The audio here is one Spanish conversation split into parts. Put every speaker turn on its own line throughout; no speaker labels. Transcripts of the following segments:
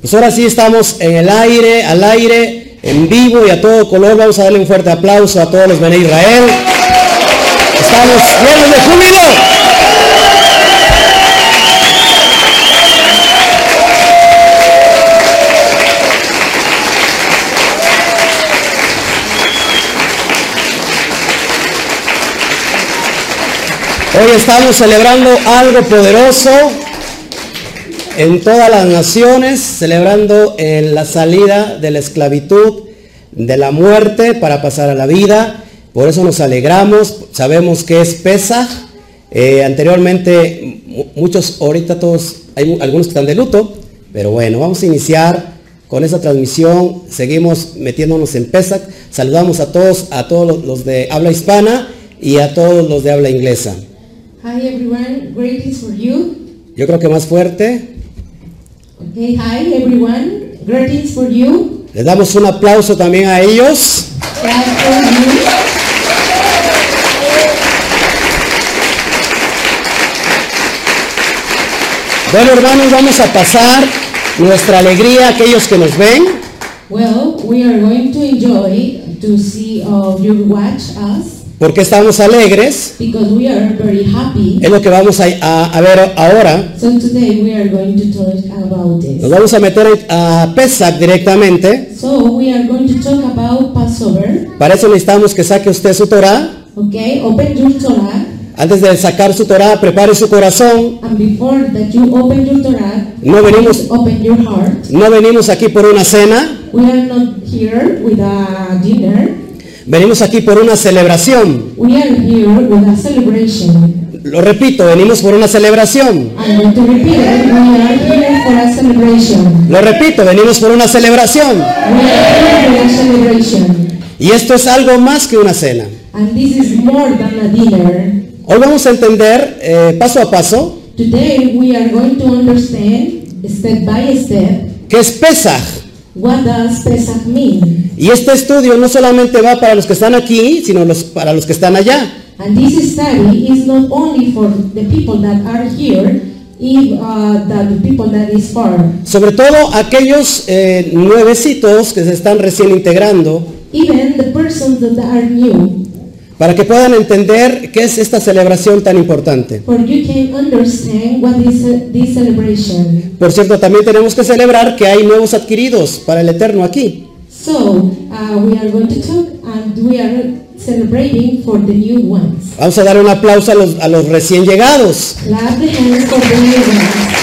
Pues ahora sí estamos en el aire, al aire, en vivo y a todo color. Vamos a darle un fuerte aplauso a todos los Bene Israel. Estamos llenos de júbilo. Hoy estamos celebrando algo poderoso en todas las naciones, celebrando en la salida de la esclavitud, de la muerte para pasar a la vida. Por eso nos alegramos, sabemos que es Pesaj. Eh, anteriormente, mu- muchos, ahorita todos, hay mu- algunos que están de luto, pero bueno, vamos a iniciar con esta transmisión. Seguimos metiéndonos en Pesaj. Saludamos a todos, a todos los- los de habla hispana y a todos los de habla inglesa.
Hi everyone, greetings for you.
Yo creo que más fuerte.
Okay, hi everyone, greetings for you.
Les damos un aplauso también a ellos.
That's for you.
Bueno, hermanos, vamos a pasar nuestra alegría a aquellos que nos ven.
Well, we are going to enjoy to see of you watch us
porque estamos alegres?
because we are very happy.
Es lo que vamos a, a- a ver ahora.
So today we are going to talk about
Nos
this.
vamos a meter a Pesach directamente.
So we are going to talk about Passover.
Para eso necesitamos que saque usted su Torah.
Okay, open your Torah
Antes de sacar su Torah, prepare su corazón.
and before that you open your Torah,
No venimos-
please open your heart.
No venimos aquí por una cena,
We are not here with a dinner.
venimos aquí por una celebración.
We are here with a celebration.
Lo repito, venimos por una celebración.
I'm going to repeat it. We are here for a celebration.
Lo repito, venimos por una celebración.
We are here for a celebration.
Y esto es algo más que una cena.
And this is more than a dinner.
Hoy vamos a entender eh, paso a paso
Today we are going to understand step by step
qué es Pesaj.
what does Pesach mean.
Y este estudio no solamente va para los que están aquí, sino los- para los que están allá.
And this study is not only for the people that are here, if, uh, that the people that is far.
Sobre todo aquellos eh, nuevecitos que se están recién integrando,
Even the persons that are new,
para que puedan entender qué es esta celebración tan importante.
for you can understand what is uh, this celebration.
Por cierto, también tenemos que celebrar que hay nuevos adquiridos para el Eterno aquí.
So uh, we are going to talk and we are celebrating for the new ones.
Vamos a dar un aplauso a los, a los recién llegados.
Clap the hands for the new ones.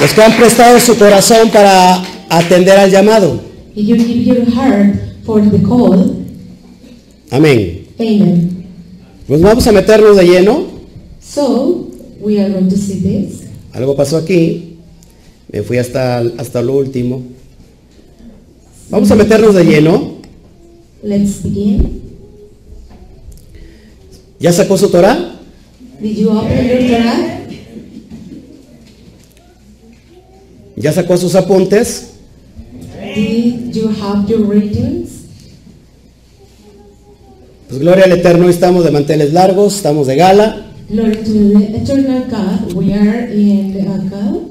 Los que han prestado su corazón para atender al llamado.
If you give your heart for the call,
Amén.
amen.
Pues vamos a meternos de lleno.
So we are going to see this.
Algo pasó aquí. Me fui hasta, hasta lo último. Vamos a meternos de lleno.
Let's begin.
¿Ya sacó su Torah?
Did you open your Torah?
¿Ya sacó sus apuntes?
Did you have your readings?
Pues gloria al Eterno, hoy estamos de manteles largos, estamos de gala.
Glory to the eternal God. We are in the God.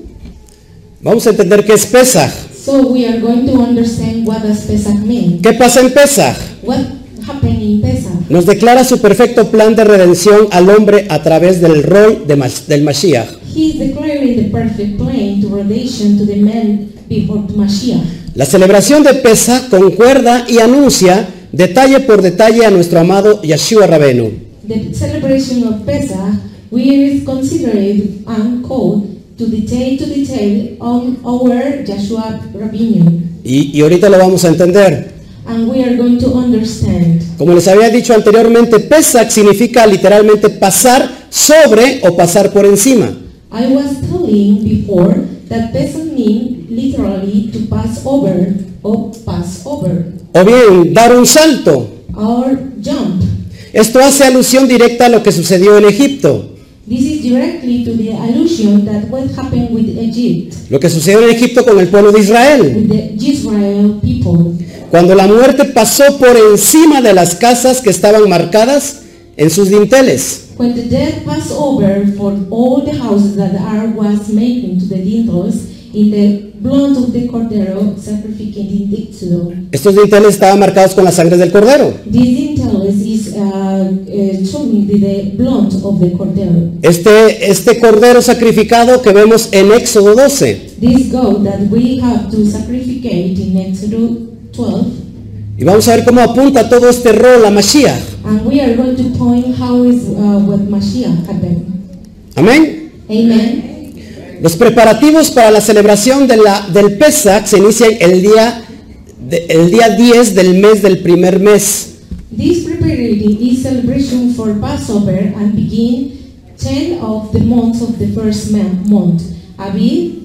Vamos a entender qué es Pesaj.
So we are going to understand what does Pesach mean.
¿Qué pasa en Pesaj?
What happened in Pesach?
Nos declara su perfecto plan de redención al hombre a través del rol de Mas- del Mashiach.
He is declaring the perfect plan to relation to the man before Mashiach.
La celebración de Pesaj concuerda y anuncia detalle por detalle a nuestro amado Yeshua Rabenu.
The celebration of Pesach, we is considered and called to detail to detail on our Joshua Rabinu.
Y, y ahorita lo vamos a entender.
And we are going to understand.
Como les había dicho anteriormente, Pesach significa literalmente pasar sobre o pasar por encima.
I was telling before that Pesach means literally to pass over or pass over
O bien, dar un salto.
or jump.
Esto hace alusión directa a lo que sucedió en Egipto.
This is directly to the allusion that what happened with Egypt.
Lo que sucedió en Egipto con el pueblo de Israel.
with the Israel people
Cuando la muerte pasó por encima de las casas que estaban marcadas en sus dinteles.
When the death passed over for all the houses that are was making to the dindles in the blood of the Cordero sacrificing indictio.
Estos dinteles estaban marcados con la sangre del cordero.
This dindles is uh, uh, showing the, the blood of the Cordero.
Este, este cordero sacrificado que vemos en Éxodo 12.
This goat that we have to sacrificate in Exodus 12
Y vamos a ver cómo apunta todo este rol a Mashiach.
and we are going to point how is uh, what Mashiach happened.
Amén.
Amen.
Los preparativos para la celebración de la, del Pesach se inician el día, de- el día 10 del mes del primer mes.
This preparatory is celebration for Passover and begin 10 of the month of the first man- month. Abib,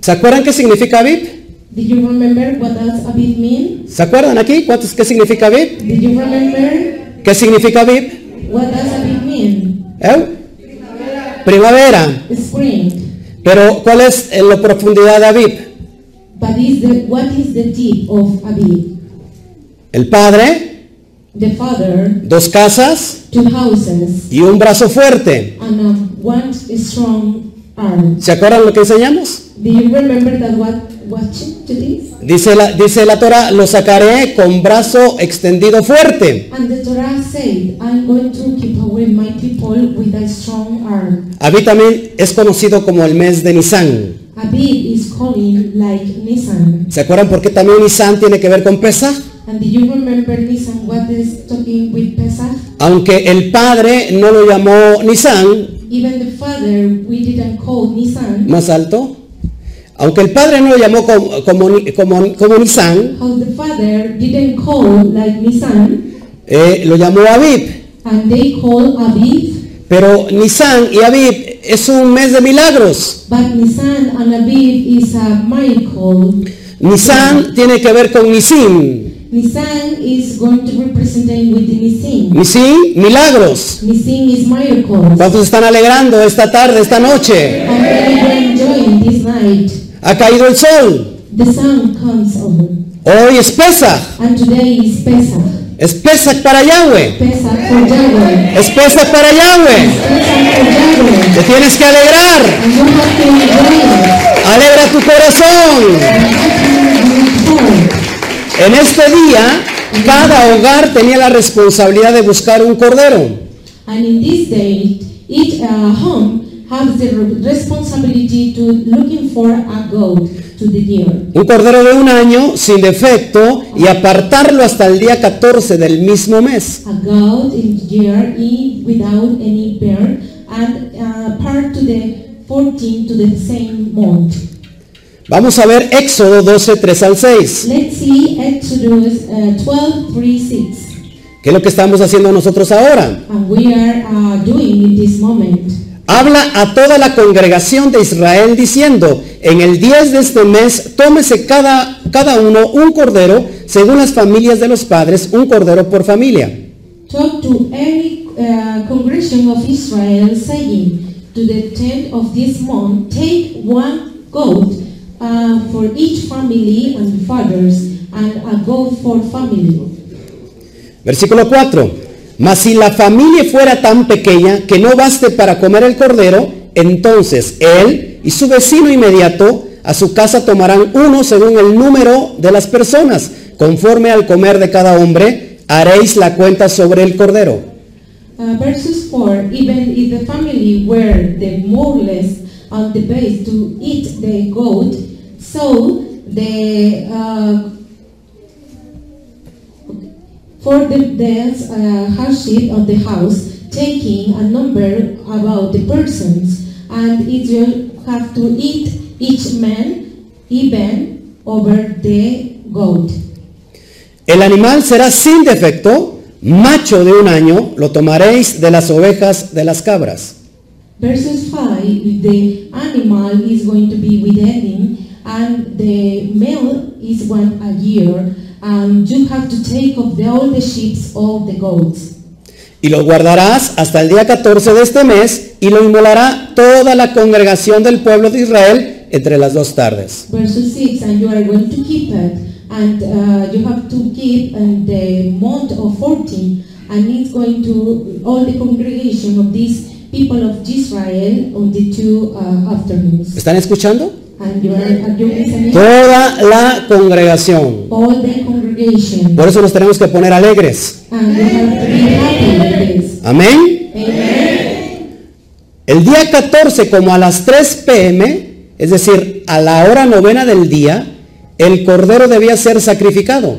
¿Se acuerdan qué significa Abib?
did you remember what does Abib mean?
¿Se acuerdan aquí? ¿Cuántos, ¿Qué significa Abib?
Did you remember
¿Qué significa Abib?
what does Abib mean?
¿Eh? Primavera.
Spring.
Pero ¿cuál es eh, la profundidad de Abib?
But is the, what is the tip of Abib?
El padre,
The father,
dos casas
two houses,
y un brazo fuerte.
and a one strong arm.
¿Se acuerdan lo que enseñamos?
Do you remember that what what chapter is?
Dice la, dice la Torah, lo sacaré con brazo extendido fuerte.
And the Torah said, I'm going to keep away my people with a strong arm.
Abí también es conocido como el mes de Nisan.
Abib is calling like Nissan.
¿Se acuerdan por qué también Nisan tiene que ver con Pesach?
And do you remember Nissan what is talking with Pesach?
Aunque el padre no lo llamó Nisan,
Even the father, we didn't call Nissan.
más alto, aunque el padre no lo llamó como, como, ni- como- como Nisan,
How the father didn't call like Nissan,
eh, lo llamó Abib.
and they call Abib.
Pero Nisan y Abib es un mes de milagros.
But Nissan and Abib is a miracle.
Nisan tiene que ver con Nisim.
Nissan is going to represent with the Nissim.
Nisim, milagros.
Nissim is miracles.
¿Cuántos están alegrando esta tarde, esta noche?
I'm very enjoying this night.
Ha caído el sol.
The sun comes over.
Hoy es Pesach.
And today is Pesach.
Es Pesach para Yahweh.
Pesach for Yahweh.
Es Pesach para Yahweh.
Pesach for Yahweh.
Te tienes que alegrar.
And you have to enjoy it.
Alegra tu corazón.
And you
En este día, cada hogar tenía la responsabilidad de buscar un cordero.
And in this day, each uh, home has the re- responsibility to looking for a goat to the year.
Un cordero de un año sin defecto y apartarlo hasta el día 14 del mismo mes.
a goat in year e without any beard and uh, part to the 14 to the same month.
Vamos a ver Éxodo 12, 3 al 6.
Let's see Exodus uh, 12, 6.
¿Qué es lo que estamos haciendo nosotros ahora?
And we are uh, doing in this moment.
Habla a toda la congregación de Israel diciendo, en el 10 de este mes tómese cada, cada uno un cordero, según las familias de los padres, un cordero por familia.
Talk to every uh, congregation of Israel, saying, To the tenth of this month, take one goat uh, for each family and fathers, and a goat for family.
Versículo 4. Mas si la familia fuera tan pequeña que no baste para comer el cordero, entonces él y su vecino inmediato a su casa tomarán uno según el número de las personas, conforme al comer de cada hombre, haréis la cuenta sobre el cordero.
Uh, verses 4 Even if the family were the more or less on the base to eat the goat, so the uh, for the death uh, hardship of the house, taking a number about the persons, and it will have to eat each man even over the goat.
El animal será sin defecto, macho de un año, lo tomaréis de las ovejas de las cabras.
Verses 5, if the animal is going to be with him, and the male is one a year, and you have to take of the, all the sheep, all the goats.
Y lo guardarás hasta el día 14 de este mes y lo inmolará toda la congregación del pueblo de Israel entre las dos tardes.
Verses 6, and you are going to keep it, and uh, you have to keep in the month um, of 14, and it's going to all the congregation of these people of Israel on the two uh, afternoons.
¿Están escuchando?
And you are, are you listening?
Toda la congregación.
All the congregation.
Por eso nos tenemos que poner alegres.
And we have to be happy with this.
Amén.
Amen.
El día 14, como a las 3 pm, es decir, a la hora novena del día, el cordero debía ser sacrificado.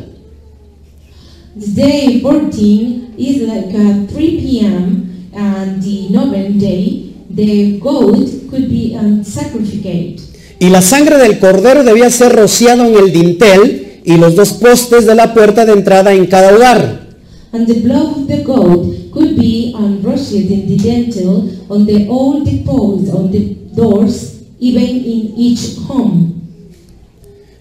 Day 14 is like uh, 3 p.m. and the noven day, the goat could be um, sacrificed.
Y la sangre del cordero debía ser rociado en el dintel y los dos postes de la puerta de entrada en cada hogar.
And the blood of the goat could be um, rushed in the dental on the all the poles, on the doors, even in each home.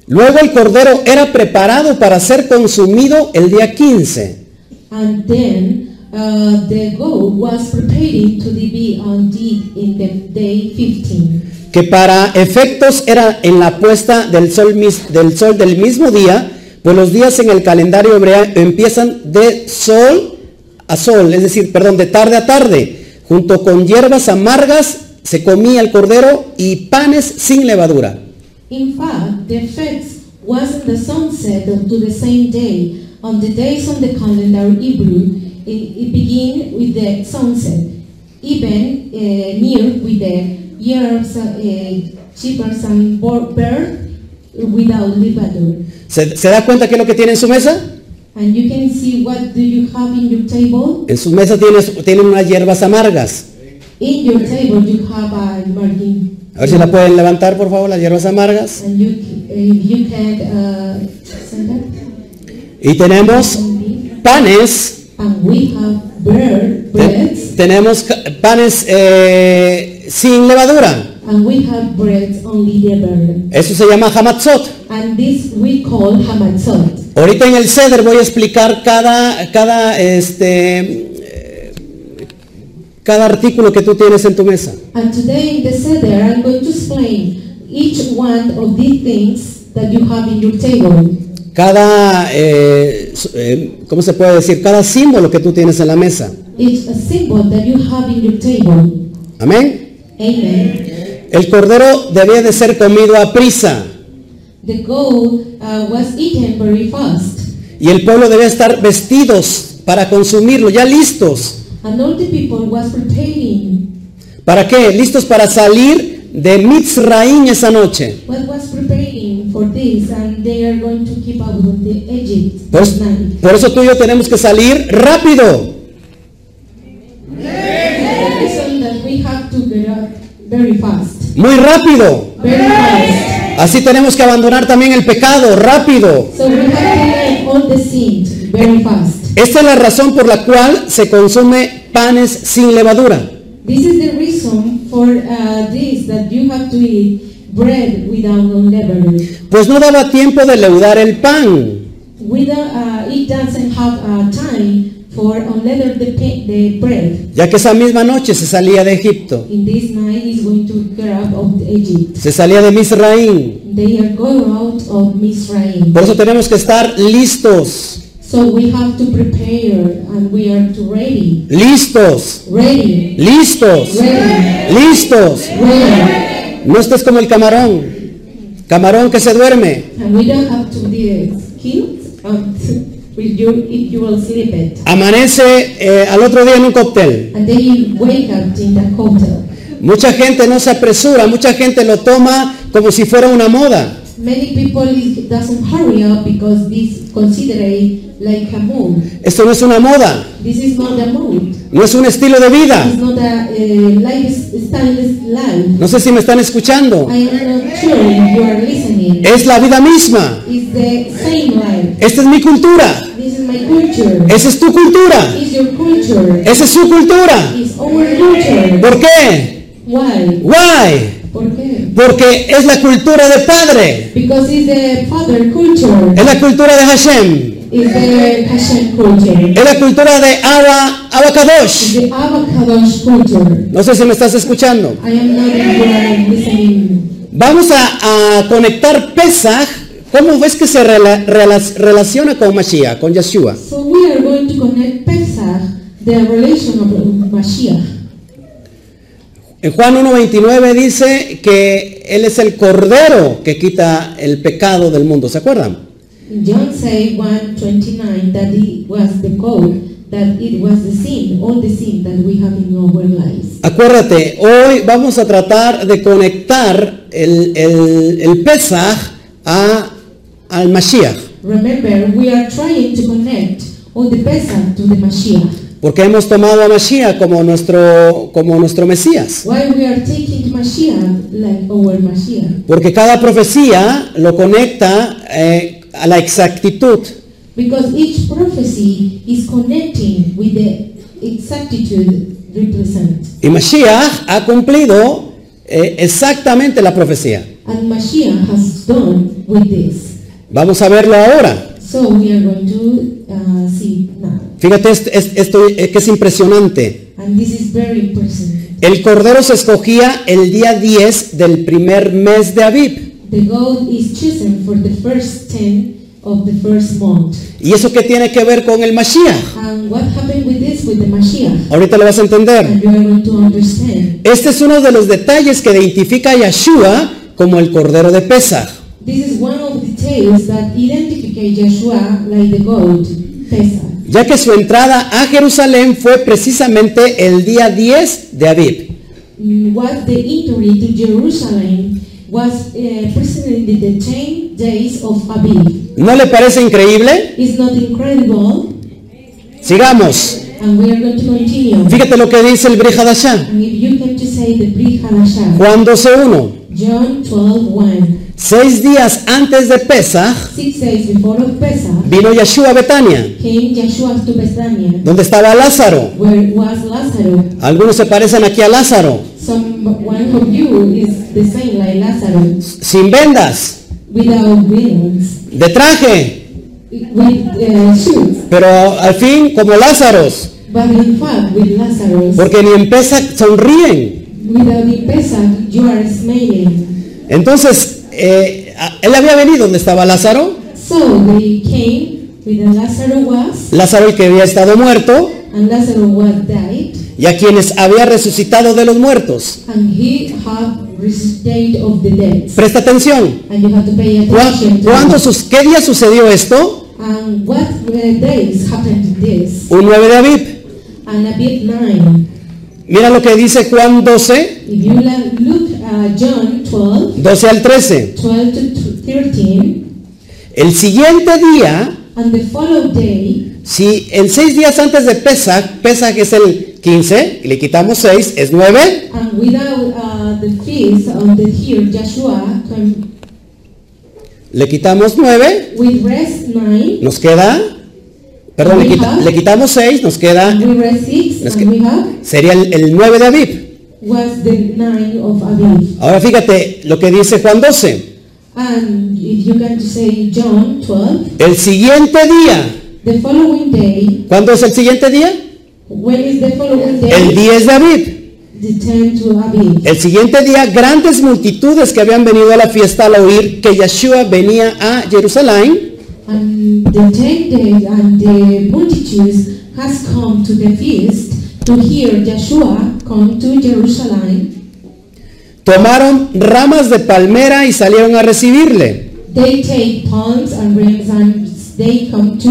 Luego el cordero era preparado para ser consumido el día 15.
And then uh, the goat was prepared to be um, deed in the day 15.
que para efectos era en la puesta del sol, mis- del sol del mismo día, pues los días en el calendario hebreo empiezan de sol a sol, es decir, perdón, de tarde a tarde. Junto con hierbas amargas se comía el cordero y panes sin levadura.
In fact, the effects wasn't the sunset of to the same day. On the days on the calendar Hebrew, it, it begin with the sunset, even eh, near with the years, uh, shepherds and bo- birth without levadur.
¿Se, se da cuenta qué es lo que tiene en su mesa?
And you can see what do you have in your table.
En su mesa tiene, tienen unas hierbas amargas.
In your table you have a margin.
A ver si la pueden levantar, por favor, las hierbas amargas.
And you, uh, you can uh, send that.
Y tenemos panes
And we have
Te-
bird, breads,
tenemos ca- panes eh, sin levadura.
and we have breads only the bird.
Eso se llama hamatzot.
And this we call hamatzot.
Ahorita en el ceder voy a explicar cada, cada, este, eh, cada artículo que tú tienes en tu mesa.
And today in the Seder, I'm going to explain each one of these things that you have in your table.
Cada, eh, s- eh, ¿cómo se puede decir? Cada símbolo que tú tienes en la mesa.
It's a symbol that you have in your table.
Amén.
Amen.
El cordero debía de ser comido a prisa
The goat uh, was eaten very fast,
y el pueblo debía estar vestidos para consumirlo, ya listos.
and all the people was preparing.
¿Para qué? Listos para salir de Mitzraim esa noche.
What was preparing for this, and they are going to keep out of the Egypt
Por,
at night.
por eso tú y yo tenemos que salir rápido.
The reason that we have to get up very fast,
Muy rápido.
very fast.
Así tenemos que abandonar también el pecado, rápido.
So we have to leave all the sins very fast.
Esta es la razón por la cual se consume panes sin levadura.
This is the reason for uh, this that you have to eat bread without leaven.
Pues no daba tiempo de leudar el pan.
Without uh, it doesn't have uh, time for unleaven the pa- the bread.
Ya que esa misma noche se salía de Egipto.
In this night is going to grab of the Egypt.
Se salía de Misraín.
They are going out of Misraim.
Por eso tenemos que estar listos.
So we have to prepare and we are to ready,
Listos.
ready,
Listos.
ready.
Listos.
Well,
No estés como el camarón. Camarón que se duerme.
and we don't have to be skilled um, with you if you will sleep it.
Amanece eh, al otro día en un cóctel.
And then you wake up in the hotel.
Mucha gente no se apresura, mucha gente lo toma como si fuera una moda.
Many people is, doesn't hurry up because this consider it like a mood.
Esto no es una moda,
This is not a mood.
no es un estilo de vida.
It's not a uh, lifestyle is life.
No sé si me están escuchando.
I am not sure if you are listening.
Es la vida misma.
It's the same life.
Esta es mi cultura.
This is my culture.
Esa es tu cultura.
It's your culture.
Esa es su cultura.
It's our culture.
¿Por qué?
Why?
Why?
¿Por qué?
Porque es la cultura de padre.
Because it's the father culture,
Es la cultura de Hashem.
it's the passion culture,
Es la cultura de Abba, Abba
it's
Kadosh.
the avocados culture.
No sé si me estás escuchando.
I am not even listening.
Vamos a, a conectar Pesaj. ¿Cómo ves que se rela- rela- relaciona con Mashiach, con Yeshua?
So we are going going to connect Pesach, the relation of Mashiach.
En Juan 1.29 dice que Él es el Cordero que quita el pecado del mundo, ¿se acuerdan?
In John say 129 that it was the code, that it was the sin, all the sin that we have in our lives.
Acuérdate, hoy vamos a tratar de conectar el, el, el Pesaj a, al Mashiach,
Remember, we are trying to connect all the Pesach to the Mashiach.
porque hemos tomado a Mashiach como nuestro, como nuestro Mesías.
Why we are taking Mashiach like our Mashiach?
Porque cada profecía lo conecta eh, a la exactitud.
Because each prophecy is connecting with the exactitude represent.
Y Mashiach ha cumplido eh, exactamente la profecía.
And Mashiach has done with this.
Vamos a verlo ahora.
So we are going to uh, see now.
Fíjate esto, es- esto eh, que es impresionante.
And this is very important.
El cordero se escogía el día 10 del primer mes de Aviv.
The gold is chosen for the first 10 of the first month.
¿Y eso qué tiene que ver con el Mashiach?
And what happened with this with the Mashiach?
Ahorita lo vas a entender.
And you are going to understand.
Este es uno de los detalles que identifica a Yeshua como el cordero de Pesach.
This is one of the tales that identify Joshua like the gold, Pesach,
ya que su entrada a Jerusalén fue precisamente el día 10 de Aviv.
Mm, What the entry to Jerusalem was uh, present in the 10 days of Abib.
¿No le parece increíble?
It's not incredible,
Sigamos.
and we are going to continue.
Fíjate lo que dice el Brihadashá,
And if you can just say the pre Hadashah,
Juan 12.1.
John 12 1,
Seis días antes de Pesach
six days before of Pesach,
vino Yeshua a Betania,
came Yeshua to Bethany,
donde estaba Lázaro.
where was Lazarus.
Algunos se parecen aquí a Lázaro,
Some one of you is the same like Lazarus,
sin vendas,
without wings,
de traje,
with uh, shoes,
pero al fin como Lázaros,
but in fact with Lazarus.
porque ni en Pesach sonríen.
Without the Pesach, you are smiling.
Entonces, eh, a- él había venido donde estaba Lázaro,
So they came with the Lazarus was,
Lázaro el que había estado muerto,
and Lazarus was died,
y a quienes había resucitado de los muertos.
and he had resuscitated of the dead.
Presta atención.
And you have to pay attention
Cu-
to
¿Cuándo
that.
sus- ¿Qué día sucedió esto?
And what uh, days happened this?
Un 9 de Aviv.
And a bit nine.
Mira lo que dice Juan 12,
If you la- look at John 12,
12 al 13.
12 to t- 13,
El siguiente día,
and the following day,
si en seis días antes de Pesach, Pesach es el 15, y le quitamos 6, es 9.
and without uh, the feast on the here, Joshua came
Le quitamos 9,
with rest 9,
nos queda, perdón, le, quita- le quitamos 6, nos queda,
we rest 6,
Es que-
and we have
sería el, el 9 de Aviv.
was the 9 of Aviv.
Ahora fíjate lo que dice Juan 12.
And if you can say John 12,
El siguiente día,
the following day,
¿cuándo es el siguiente día?
when is the following day?
El 10 de Aviv.
The 10 to Aviv.
El siguiente día, grandes multitudes que habían venido a la fiesta al oír que Yeshua venía a Jerusalén,
And the ten days and the multitudes has come to the feast to hear Joshua come to Jerusalem.
tomaron ramas de palmera y salieron a recibirle.
They take palms and rings and they come to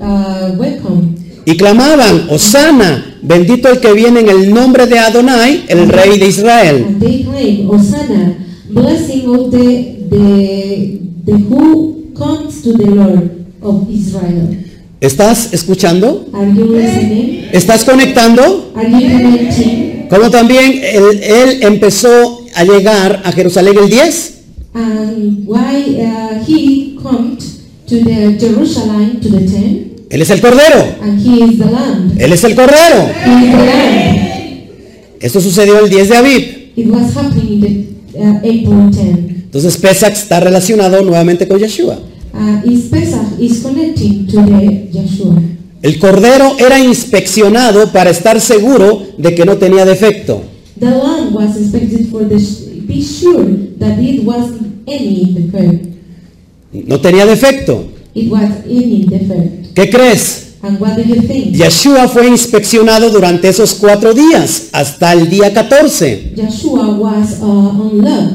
uh, welcome.
Y clamaban, Osana, bendito el que viene en el nombre de Adonai, el rey de Israel.
And they claim, Hosanna, blessing of the, the, the who comes to the Lord of Israel.
¿Estás escuchando?
Are you listening?
¿Estás conectando?
Are you connecting?
Como también él, él empezó a llegar a Jerusalén el 10.
And why uh, he come to the Jerusalem to the ten?
Él es el Cordero.
And he is the lamb.
Él es el Cordero.
He is the lamb.
Esto sucedió el 10 de Aviv.
It was happening in the uh, April 10.
Entonces Pesach está relacionado nuevamente con Yeshua.
Uh, is Pesach is connecting to the Yeshua.
El cordero era inspeccionado para estar seguro de que no tenía defecto.
The lamb was expected for the sh- be sure that it wasn't any defect.
No tenía defecto.
It was any defect.
¿Qué crees?
And what do you think?
Yeshua fue inspeccionado durante esos cuatro días, hasta el día 14,
Joshua was uh, on love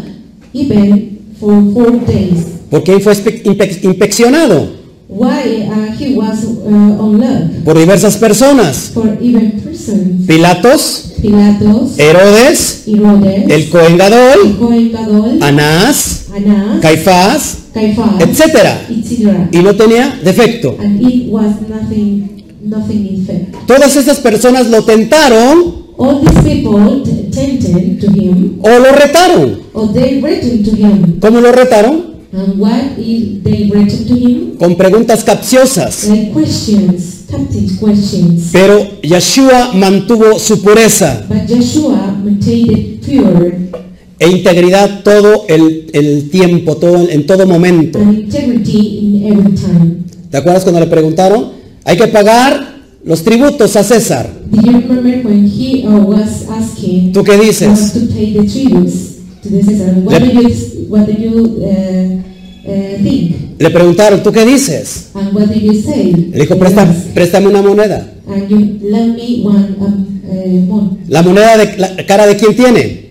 even for four days.
porque él fue espe- inpe- inspeccionado
Why uh, he was uh, on love?
por diversas personas.
For even persons,
Pilatos,
Pilatos,
Herodes,
Herodes,
el Cohen Gadol,
Cohen Gadol,
Anás,
Anás,
Caifás,
Caifás,
etcétera.
etc.
Y no tenía defecto.
And it was nothing, nothing in fact.
Todas estas personas lo tentaron
All these people t- tempted to him,
o lo retaron.
or they written to him.
¿Cómo lo retaron?
And what is they written to him?
Con preguntas capciosas.
Like questions, captive questions.
Pero Yeshua mantuvo su pureza
But Joshua maintained it pure and
e integridad todo el, el tiempo, todo, en todo momento.
integrity in every time.
¿Te acuerdas cuando le preguntaron? Hay que pagar los tributos a César.
Do you remember when he uh, was asking
¿Tú qué
us
dices?
to pay the tributes to the Caesar? What do you, what do you uh, uh, think?
Le preguntaron, ¿tú qué dices?
And what do you say?
Le dijo, "Presta- préstame una moneda.
And you lend me one um, uh, one.
¿La moneda de la cara de quién tiene?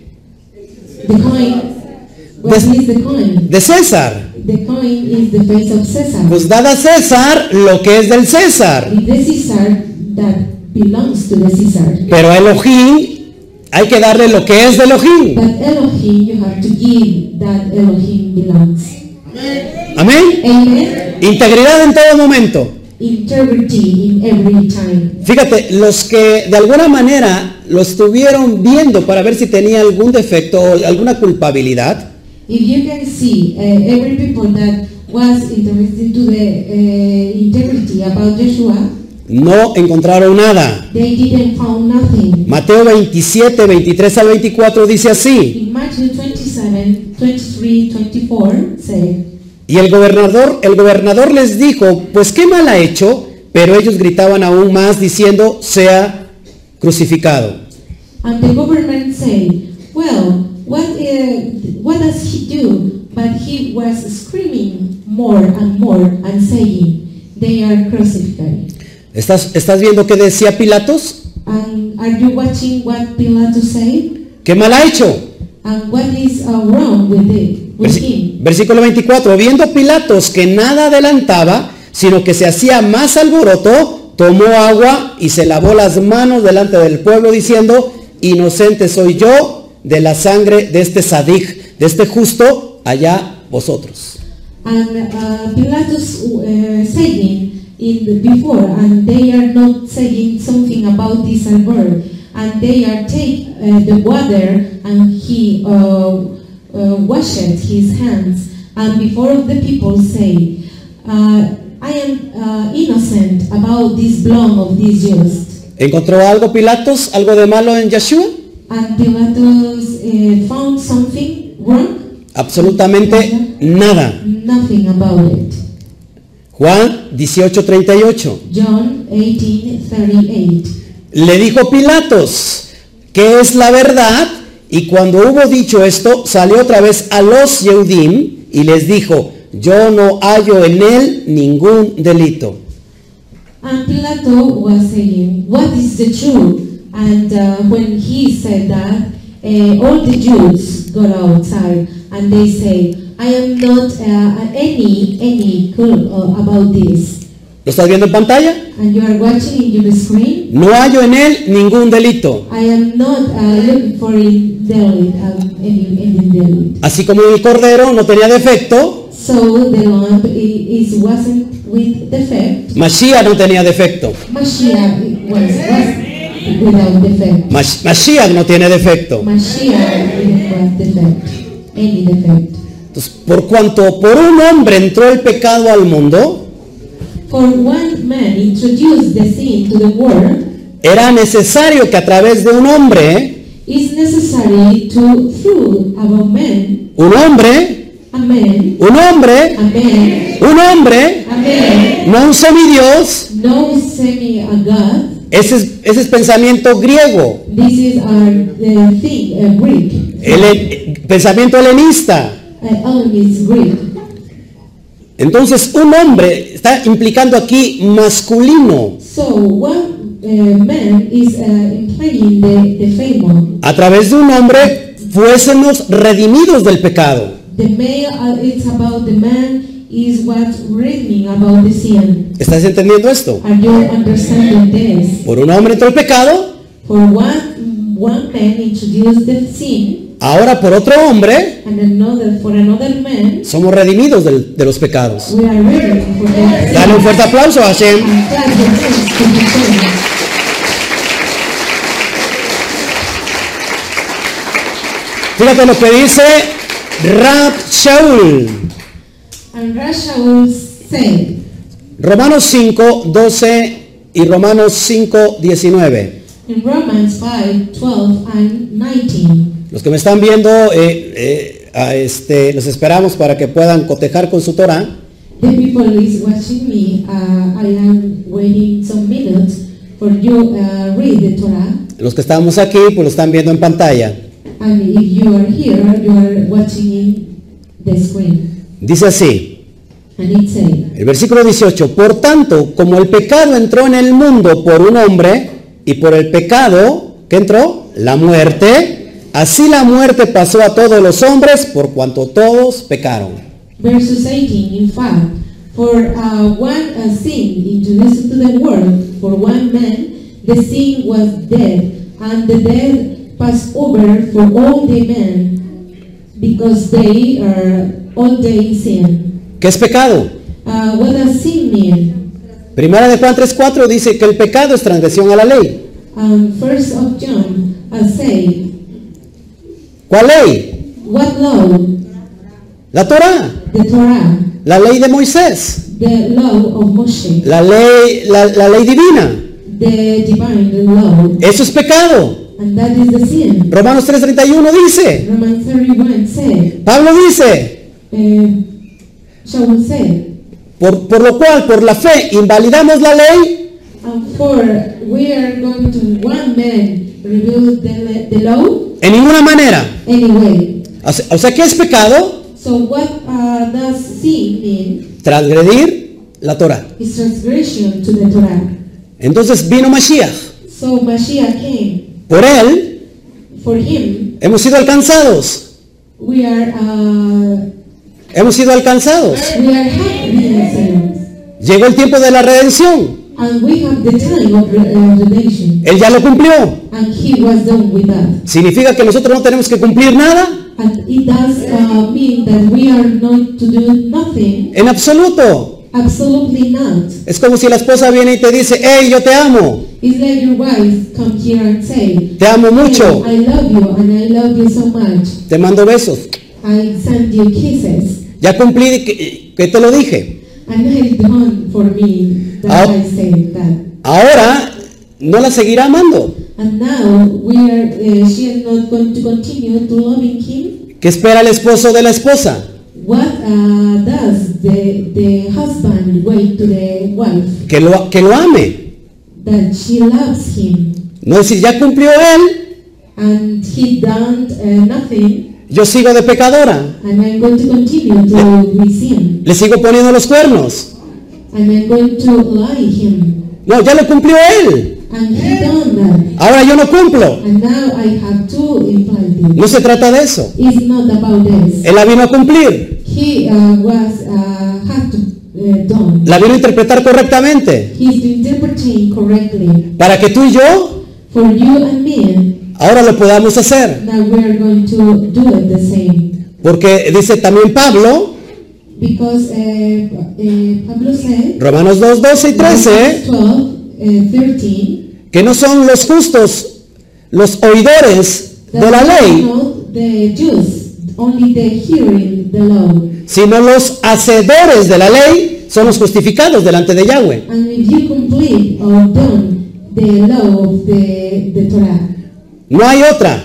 The coin. What
Des-
is the coin?
De César.
The coin is the face of Caesar.
Pues dad a César lo que es del César.
It is the Caesar that belongs to the Caesar.
Pero a Elohim hay que darle lo que es de Elohim.
But Elohim, you have to give that Elohim belongs.
Amén.
Amen.
Integridad en todo momento.
Integrity in every time.
Fíjate, los que de alguna manera lo estuvieron viendo para ver si tenía algún defecto o alguna culpabilidad,
If you can see, uh, every people that was interested to the uh, integrity about Joshua,
no encontraron nada.
they didn't found nothing.
Mateo 27, 23 al 24 dice así.
In Matthew 27, 23, 24 said,
Y el gobernador, el gobernador les dijo, pues qué mal ha hecho, pero ellos gritaban aún más diciendo, sea crucificado.
and the government said, well, what, uh, what does he do? But he was screaming more and more and saying, they are crucified.
¿Estás, ¿Estás viendo qué decía Pilatos?
And are you watching what Pilatus said?
¿Qué mal ha hecho?
And what is uh, wrong with it, with
Versi-
him?
versículo 24. Viendo Pilatos que nada adelantaba, sino que se hacía más alboroto, tomó agua y se lavó las manos delante del pueblo diciendo, inocente soy yo de la sangre de este sadik, de este justo, allá vosotros.
And uh, Pilatus uh, saying in the before, and they are not saying something about this word, and they are take uh, the water, and he uh, uh, washed his hands, and before the people say, uh, I am uh, innocent about this blood of this Jews.
¿Encontró algo Pilatos, algo de malo en Yeshua?
And Pilatus uh, found something wrong?
Absolutamente nada.
Nothing about it.
Juan 18:38.
John 18:38.
Le dijo Pilatos, ¿qué es la verdad? Y cuando hubo dicho esto, salió otra vez a los Yehudim y les dijo, yo no hallo en él ningún delito.
And Pilatus was saying, "What is the truth?" And uh, when he said that, uh, all the Jews got outside and they say, "I am not uh, any any cool uh, about this."
¿Lo estás viendo en pantalla?
And you are watching in your screen.
No hallo en él ningún delito.
I am not uh, looking for in Delhi, um, any any Delhi.
Así como el cordero no tenía defecto,
So the lamp i- is wasn't with defect.
Mashiach no tenía defecto.
Mashiach was, was without defect.
Mash- Mashiach no tiene defecto.
Mashiach didn't was defect, any defect.
Entonces, por cuanto por un hombre entró el pecado al mundo,
For one man introduced the sin to the world,
era necesario que a través de un hombre,
it's necessary to through about man,
un hombre,
a man,
un hombre,
a man,
un hombre,
a man,
no un semidios,
no semi a God.
ese es, ese es pensamiento griego,
This is our uh, thing, uh, Greek.
eh, el, el pensamiento helenista.
Uh, only is Greek.
Entonces, un hombre está implicando aquí masculino
So one uh, man is uh, implying the, the female.
a través de un hombre fuésemos redimidos del pecado.
The male uh, it's about the man is what reading about the sin.
¿Estás entendiendo esto?
Are you understanding this?
Por un hombre entró el pecado,
For one one man introduced the sin,
ahora por otro hombre
and another for another man
somos redimidos del- de los pecados.
we are reading for that
Dale un
sin.
fuerte aplauso a Hashem.
And God remains to be seen.
Fíjate lo que dice Rab Shaul.
And Russia will say,
Romanos 5, 12 y Romanos 5, 19.
in Romans 5, 12 and 19.
Los que me están viendo, eh, eh, a este, los esperamos para que puedan cotejar con su Torah.
The people is watching me. Uh, I am waiting some minutes for you uh, read the Torah.
Los que estamos aquí, pues lo están viendo en pantalla.
And if you are here, you are watching in the screen.
Dice así,
And it says,
el versículo 18, por tanto, como el pecado entró en el mundo por un hombre, y por el pecado, que entró? La muerte, así la muerte pasó a todos los hombres, por cuanto todos pecaron.
verses 18, in fact, for uh, one uh, sin introduced into the world, for one man, the sin was dead, and the death passed over for all the men, because they are all day in sin.
¿Qué es pecado?
Uh, what does sin mean?
Primera de Juan 3.4 dice que el pecado es transgresión a la ley.
Um, first of John, I say,
¿Cuál ley?
what law?
La Torá,
The Torah,
la ley de Moisés,
the law of Moshe,
la ley, la, la ley divina.
the divine law,
Eso es pecado.
and that is the sin.
Romanos 3.31 dice,
Romans 31 said,
Pablo dice,
uh, Shaul said,
por, por lo cual, por la fe, invalidamos la ley
and uh, for we are going to one man reveal the, the law
en ninguna manera.
anyway.
O sea, o sea, ¿qué es pecado?
So what uh, does sin mean?
Transgredir la Torá.
It's transgression to the Torah.
Entonces vino Mashiach.
So Mashiach came.
Por él
For him,
hemos sido alcanzados.
We are uh,
Hemos sido alcanzados.
we are happy ourselves,
Llegó el tiempo de la redención.
and we have the time of re- uh, redemption,
Él ya lo cumplió.
and He was done with us.
¿Significa que nosotros no tenemos que cumplir nada?
And it does uh, mean that we are not to do nothing,
En absoluto.
absolutely not.
Es como si la esposa viene y te dice, hey, yo te amo,
It's like your wife come here and say,
te amo mucho,
"Hey, I love you, and I love you so much.
te mando besos.
I send you kisses,
Ya cumplí que, que te lo dije.
and it's done for me." That
Ah.
I say that.
Ahora no la seguirá amando.
And now we are. Uh, she is not going to continue to loving him.
¿Qué espera el esposo de la esposa?
What uh, does the, the husband wait to the wife
Que lo, que lo ame.
that she loves him
No decir, ya cumplió él,
and he done uh, nothing
yo sigo de pecadora.
and I'm going to continue to with him
Le sigo poniendo los cuernos.
and I'm going to lie him
No, ya lo cumplió él.
and he done that
Ahora yo no cumplo.
and now I have to implant it.
No se trata de eso.
It's not about this.
Él la vino a cumplir.
He uh, was uh, had to uh, done.
la vino a interpretar correctamente.
He's interpreting correctly
Para que tú y yo
for you and me.
ahora lo podamos hacer.
Now we are going to do it the same.
Porque dice también Pablo,
Because eh, eh, Pablo said,
Romanos 2, 12 y 13,
12, eh, 13,
que no son los justos los oidores de la
that
ley,
not the Jews, only the hearing the law.
sino los hacedores de la ley son los justificados delante de Yahweh.
And if you complete or done the law of the, the Torah,
No hay otra.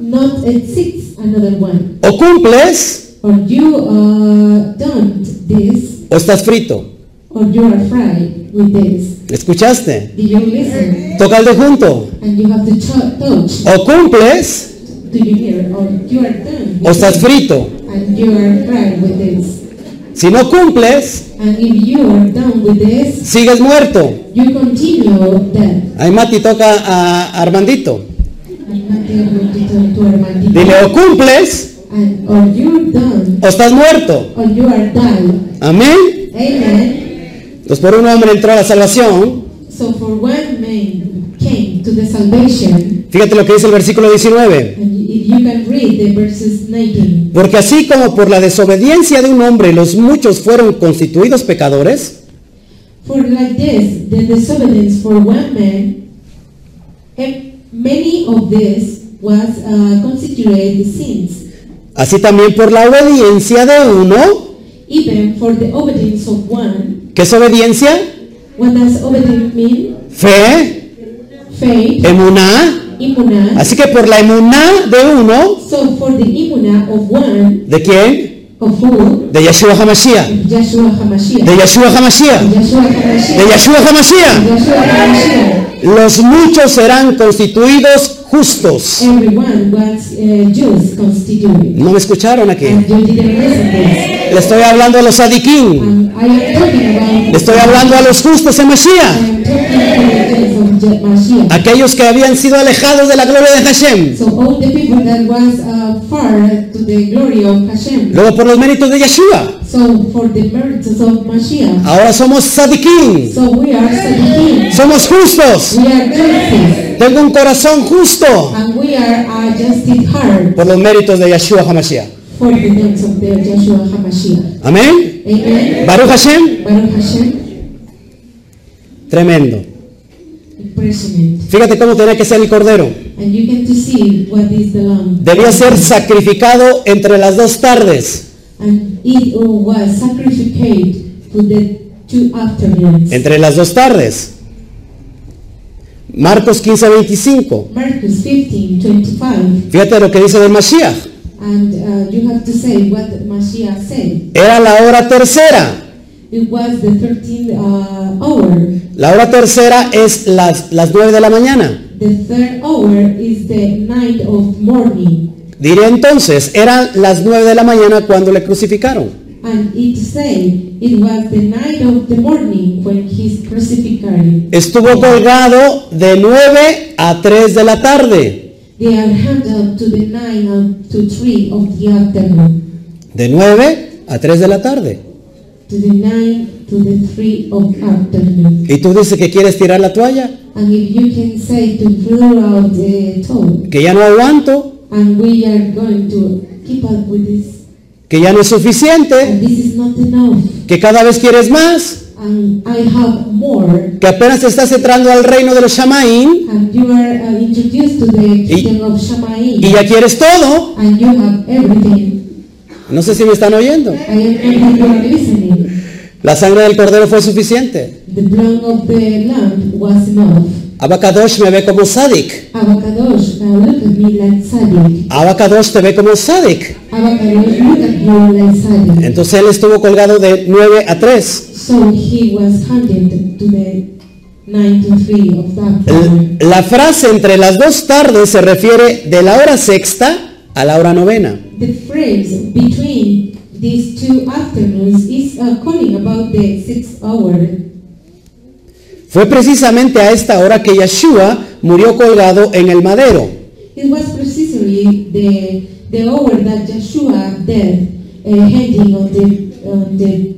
not exists another one.
O cumples
Or you uh, don't this,
o estás frito.
or you are fried with this.
¿Escuchaste?
Do you listen?
Toca el de junto.
And you have to ch- touch.
O cumples
Do you hear? Or you are done.
o
with
estás
this.
frito.
And you are fried with this.
Si no cumples,
And if you are done with this,
sigues muerto.
you continue death.
Ahí Mati toca a Armandito.
I'm not able to turn to
Dile,
Armandito.
o cumples
And or you're done,
o estás muerto.
or you are done.
Amén.
Amen.
Entonces por un hombre entró la salvación.
So for one man came to the salvation,
Fíjate lo que dice el versículo 19.
and if you can read the verses 19.
Porque así como por la desobediencia de un hombre los muchos fueron constituidos pecadores,
For like this, the disobedience for one man, and many of this was uh, constituted sins,
así también por la obediencia de uno,
even for the obedience of one.
¿qué es obediencia?
What does obedience mean?
Fe,
Faith,
emuná.
imuna.
Así que por la emuná de uno,
So for the imuna of one,
¿de quién?
of who?
De Yeshua Hamashiach.
Of Yeshua
De
HaMashiach.
Yeshua Hamashiach.
Yeshua
De
HaMashiach.
Yeshua Hamashiach.
Yeshua HaMashiach.
Los muchos serán constituidos justos.
Everyone was uh, Jews constituted.
¿No me escucharon aquí?
And you didn't listen this.
Le estoy hablando a los sadiquín.
And I am talking about.
Le estoy hablando a los justos en
I
Mashiach.
am talking about the case of Je- Mashiach.
aquellos que habían sido alejados de la gloria de Hashem,
So all the people that was uh, far to the glory of Hashem.
luego por los méritos de Yeshua.
So for the merits of Mashiach.
Ahora somos sadiquín,
So we are Sadiqim.
somos justos,
We are justice.
tengo un corazón justo
And we are a justice heart
por los méritos de Yeshua Hamashiach.
for the names of the Joshua HaMashiach.
Amén.
Amen.
Baruch Hashem,
Baruch Hashem.
tremendo.
Impressionant.
Fíjate cómo tenía que ser el cordero.
And you can to see what is the lamb.
Debía ser sacrificado entre las dos tardes,
And it was sacrificed for the two afternoons.
entre las dos tardes. Marcos 15, 25.
Marcus 15, 25.
Fíjate lo que dice del Mashiach.
And uh, you have to say what Mashiach said.
Era la hora tercera.
It was the 13th uh, hour.
La hora tercera es las, las 9 de la mañana.
The third hour is the night of morning.
Diré entonces, eran las 9 de la mañana cuando le crucificaron.
And it say it was the night of the morning when he's crucified.
Estuvo colgado de 9 a 3 de la tarde.
They are handled to the nine and to three of the afternoon.
De 9 a 3 de la tarde.
To the nine to the three of afternoon.
Y tú dices que quieres tirar la toalla,
And if you can say to throw out the toe,
que ya no aguanto,
and we are going to keep up with this,
que ya no es suficiente,
and this is not enough,
que cada vez quieres más,
and I have more,
que apenas estás entrando al reino de los Shamaín
and you are uh, introduced to the kingdom of Shammai.
y ya quieres todo.
and you have everything.
No sé si me están oyendo.
I am not even listening.
La sangre del cordero fue suficiente.
The blood of the lamb was enough.
Abacadosh me ve como Sadik.
Avocados, now look at me like Sadik.
Abacadosh te ve como Sadik.
Avocados, look at you like Sadik.
Entonces él estuvo colgado de 9 a 3.
So he was handed to the 93 of that
Eh.
time.
La frase entre las dos tardes se refiere de la hora sexta a la hora novena.
The phrase between these two afternoons is uh, calling about the sixth hour.
Fue precisamente a esta hora que Yeshua murió colgado en el madero.
It was precisely the the hour that Joshua dead, uh, hanging on the on the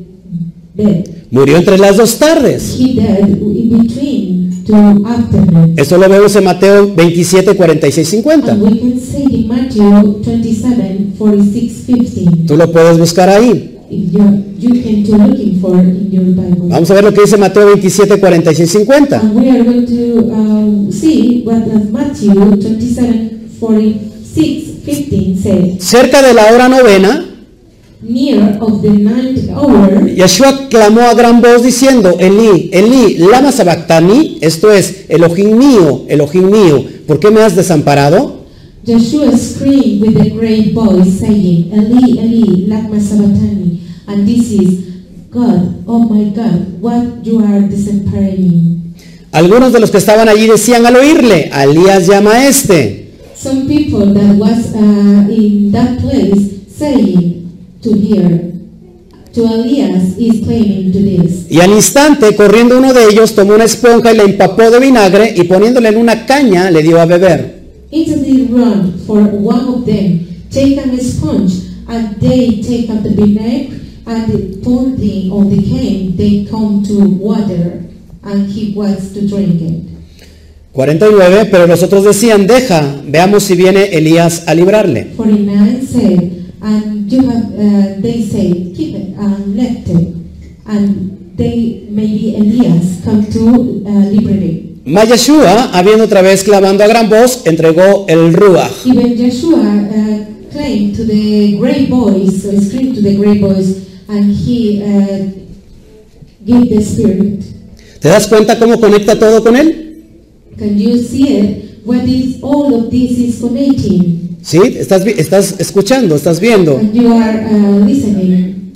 bed.
Murió entre las dos tardes.
He died in between two afternoon.
Esto lo vemos en Mateo 27, 46, 50.
And we can say in Matthew 27, 46, 15,
Tú lo puedes buscar ahí.
if you you can to looking for in your Bible.
Vamos a ver lo que dice Mateo 27, 46, 50.
And we are going to um, see what does Matthew 27, 46, 15 says.
Cerca de la hora novena,
Near of the ninth hour,
Yeshua clamó a gran voz diciendo, Elí, Elí, lama sabactani, esto es, Elohim mío, Elohim mío, ¿por qué me has desamparado?
Joshua screamed with a great voice, saying, Eli, Eli, lama sabatani. And this is, God, oh my God, what you are disempowering.
Algunos de los que estaban allí decían al oírle, Alías llama a este.
Some people that was uh, in that place saying to hear, to Elias is claiming to this.
Y al instante, corriendo uno de ellos, tomó una esponja y la empapó de vinagre y poniéndole en una caña le dio a beber.
Instantly run for one of them, take an sponge, and they take up the vinegar, and pounding on the cane, they come to water, and he was to drink it.
49, pero los otros decían, deja, veamos si viene Elías a librarle.
49 said, and you have, uh, they say, keep it and left it, and they maybe Elias come to uh, liberty.
Mayashua, habiendo otra vez clamando a gran voz, entregó el ruach.
Even Joshua uh, claimed to the great voice, uh, screamed to the great voice, and he uh, gave the spirit.
¿Te das cuenta cómo conecta todo con él?
Can you see it? What is all of this is connecting,
¿Sí? Estás, vi- estás escuchando, estás viendo.
and you are uh, listening.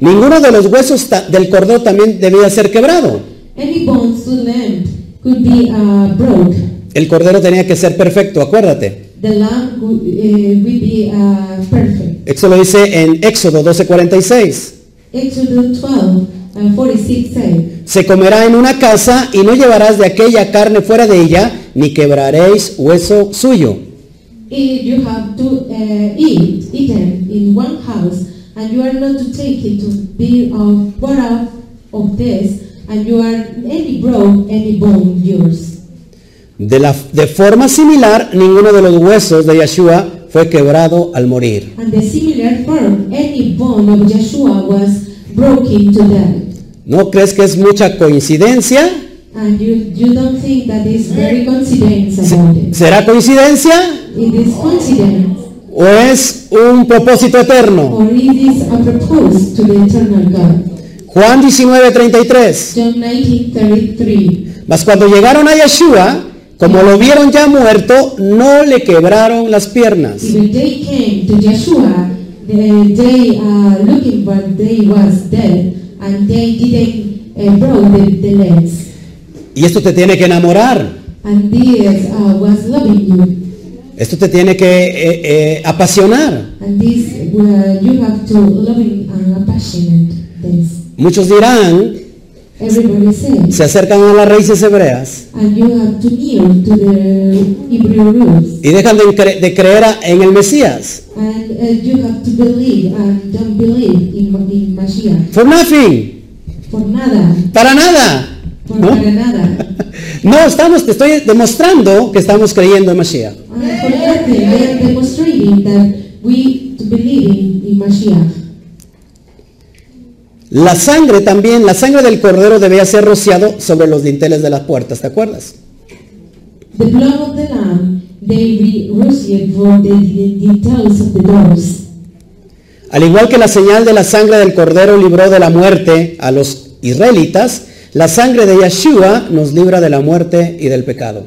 Ninguno de los huesos ta- del cordón también debía ser quebrado.
Any bones to lamb could be uh, broke.
El cordero tenía que ser perfecto, acuérdate.
The lamb would, uh, will be uh, perfect.
Esto lo dice en Éxodo 12:46.
Exodus uh, 12 and 46 say,
Se comerá en una casa y no llevarás de aquella carne fuera de ella, ni quebraréis hueso suyo.
If "Eh, you have to uh, eat, eaten in one house, and you are not to take it to be of part of, of this, and you are any broke, any bone yours.
De, la- de forma similar, ninguno de los huesos de Yeshua fue quebrado al morir.
And the similar form, any bone of Joshua was broken to death.
¿No crees que es mucha coincidencia?
And you, you don't think that is very coincidence about it.
¿Será coincidencia?
It is coincidence.
¿O es un propósito eterno?
For it is a propose to the eternal God.
Juan 19:33.
John 19:33.
Mas cuando llegaron a Yeshua, como lo vieron ya muerto, no le quebraron las piernas.
Even they came to Joshua, they, they are looking for they was dead, and they didn't uh, broke the, the legs.
Y esto te tiene que enamorar,
And this uh, was loving you,
esto te tiene que eh, eh, apasionar.
and this uh, you have to loving and passionate this.
Muchos dirán,
Everybody says,
se acercan a las raíces hebreas
and you have to kneel to the Hebrew rules,
y dejan de, cre- de creer a- en el Mesías.
and uh, you have to believe and don't believe in in Mashiach.
For nothing,
Por nada,
para nada.
por
¿no?
para nada.
No, estamos, te estoy demostrando que estamos creyendo en Mashiach.
And for nothing, I am demonstrating that we to believe in, in Mashiach.
La sangre también, la sangre del cordero debía ser rociado sobre los dinteles de las puertas, ¿te acuerdas?
The blood of the lamb, they be roasted for the, the details of the doors.
Al igual que la señal de la sangre del cordero libró de la muerte a los israelitas, la sangre de Yeshua nos libra de la muerte y del pecado.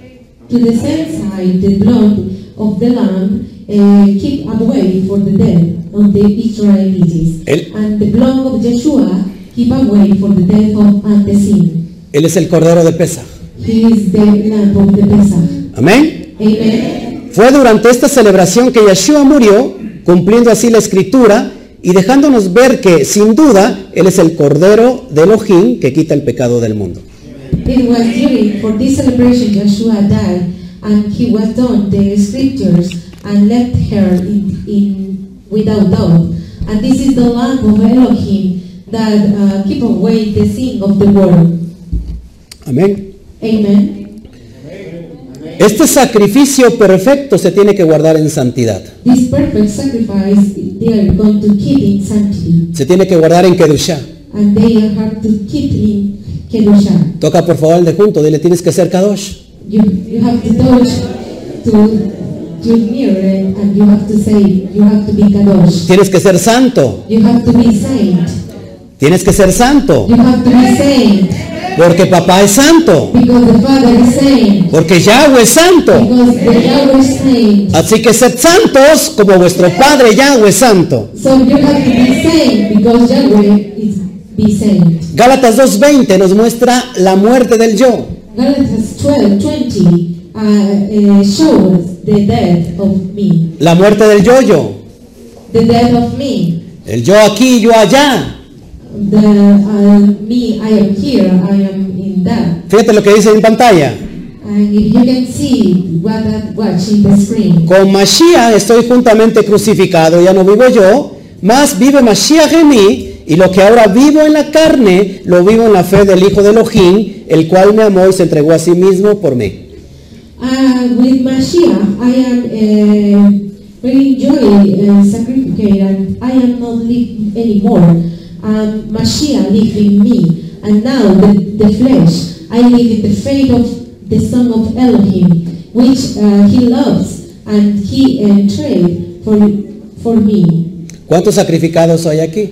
To the same side, the blood of the lamb uh, keep away for the death of the Israelites.
El-
And the blood of Joshua keep away for the death of and the sin.
Él es el cordero de Pesa.
He is the lamb of the Pesach.
Amén.
Amen.
Fue durante esta celebración que Yeshua murió, cumpliendo así la escritura y dejándonos ver que, sin duda, Él es el cordero de Elohim que quita el pecado del mundo.
It was during for this celebration Joshua died, and he was done the scriptures and left her in, in without doubt. And this is the lamb of Elohim that uh, keep away the sin of the world.
Amén.
Amen.
Este sacrificio perfecto se tiene que guardar en santidad.
This perfect sacrifice they are going to keep in sanctity,
Se tiene que guardar en Kedushah.
and they have to keep in kedusha.
Toca por favor el de junto, dile tienes que ser Kadosh.
You you have to touch to to near it, and you have to say you have to be kadosh.
Tienes que ser santo,
You have to be saint.
tienes que ser santo,
You have to be saint
porque papá es santo,
because the Father is saint,
porque Yahweh es santo.
because the Yahweh is saint.
Así que sed santos como vuestro Padre Yahweh es santo.
So you have to be saint because Yahweh is be saint.
Gálatas 2.20 nos muestra la muerte del yo.
Galatians 12, 20 uh, uh, shows the death of me,
La muerte del yo-yo.
the death of me.
El yo aquí, yo allá.
The uh, me, I am here, I am in that.
Fíjate lo que dice en pantalla.
And if Uh, you can see what that watch in the screen.
Con Mashiach estoy juntamente crucificado, ya no vivo yo, mas vive Mashiach en mí, y lo que ahora vivo en la carne, lo vivo en la fe del Hijo de Elohim, el cual me amó y se entregó a sí mismo por mí.
Uh, with Mashiach, I am uh, very enjoy uh, sacrificate, and I am not live anymore. Um, Mashiach live in me, and now the, the flesh, I live in the faith of the Son of Elohim, which uh, He loves and He entreated for for me.
¿Cuántos sacrificados hay aquí?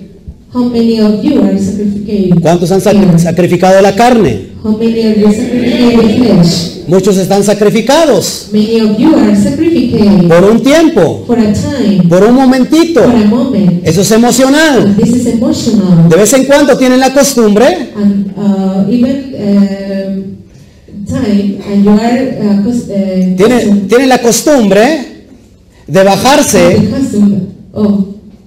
How many of you are sacrificing?
¿Cuántos han sac-
here?
sacrificado la carne?
How many of you sacrificate the flesh?
Muchos están sacrificados
Many of you are sacrificing
por un tiempo,
for a time,
por un momentito.
for a moment.
Eso es emocional.
This is emotional.
De vez en cuando tienen la costumbre
And uh, even um, time, and you are uh, cus- uh,
tienen,
custom-
tienen la costumbre de bajarse,
the custom of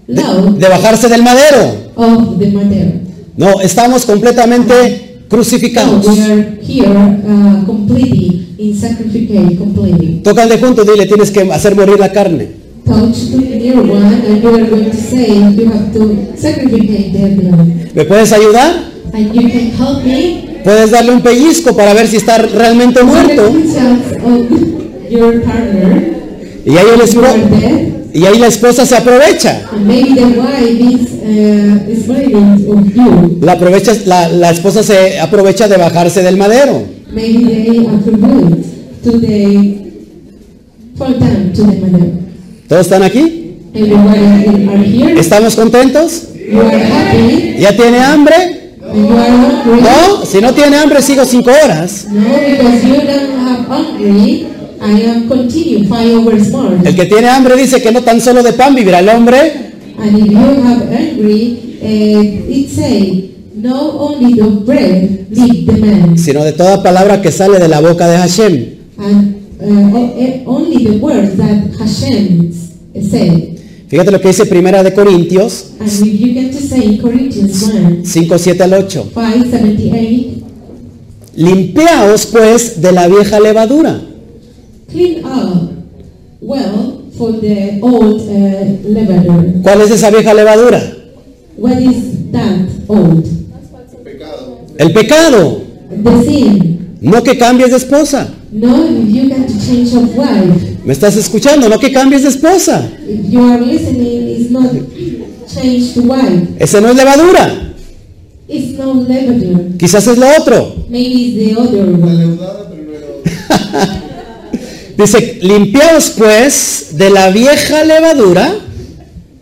de,
love
de bajarse del madero.
of the matter.
No, estamos completamente
Now
crucificados.
we are here uh, completely in sacrifice, completely.
Tocan de junto, dile, tienes que hacer morir la carne.
Touch to the near one, and you are going to say you have to sacrifice their blood.
¿Me puedes ayudar?
And you can help me
Puedes darle un pellizco para ver si está realmente muerto.
with the results of uh, your partner.
Y ahí, el
You are
espo-
dead.
y ahí la esposa se aprovecha.
And maybe the wife is uh, is violent of you.
La, aprovecha la, la esposa se aprovecha de bajarse del madero.
Maybe they attribute to the fall down to the mother.
¿Todos están aquí?
Everyone are here.
¿Estamos contentos?
You are happy.
¿Ya tiene hambre?
And you are hungry.
No, si no tiene hambre sigo cinco horas.
No, because you don't have hungry. I am continue five hours more.
El que tiene hambre dice que no tan solo de pan vivirá el hombre,
And if you have hungry, uh, it say not only the bread live the man,
sino de toda palabra que sale de la boca de Hashem.
and uh, o- eh, only the words that Hashem said.
Fíjate lo que dice Primera de Corintios
And if you get to say in Corinthians 1,
5, 7 al 8.
5, 78,
Limpiaos pues de la vieja levadura,
clean up well for the old uh, leavener.
¿Cuál es esa vieja levadura?
What is that old?
El pecado.
The sin.
No que cambies de esposa.
No, if you get to change of wife,
¿Me estás escuchando? No que cambies de esposa.
if you are listening, it's not change to wife.
Ese no es levadura.
It's no leavener.
Quizás es lo otro.
Maybe it's the other one.
Dice, limpiaos pues de la vieja levadura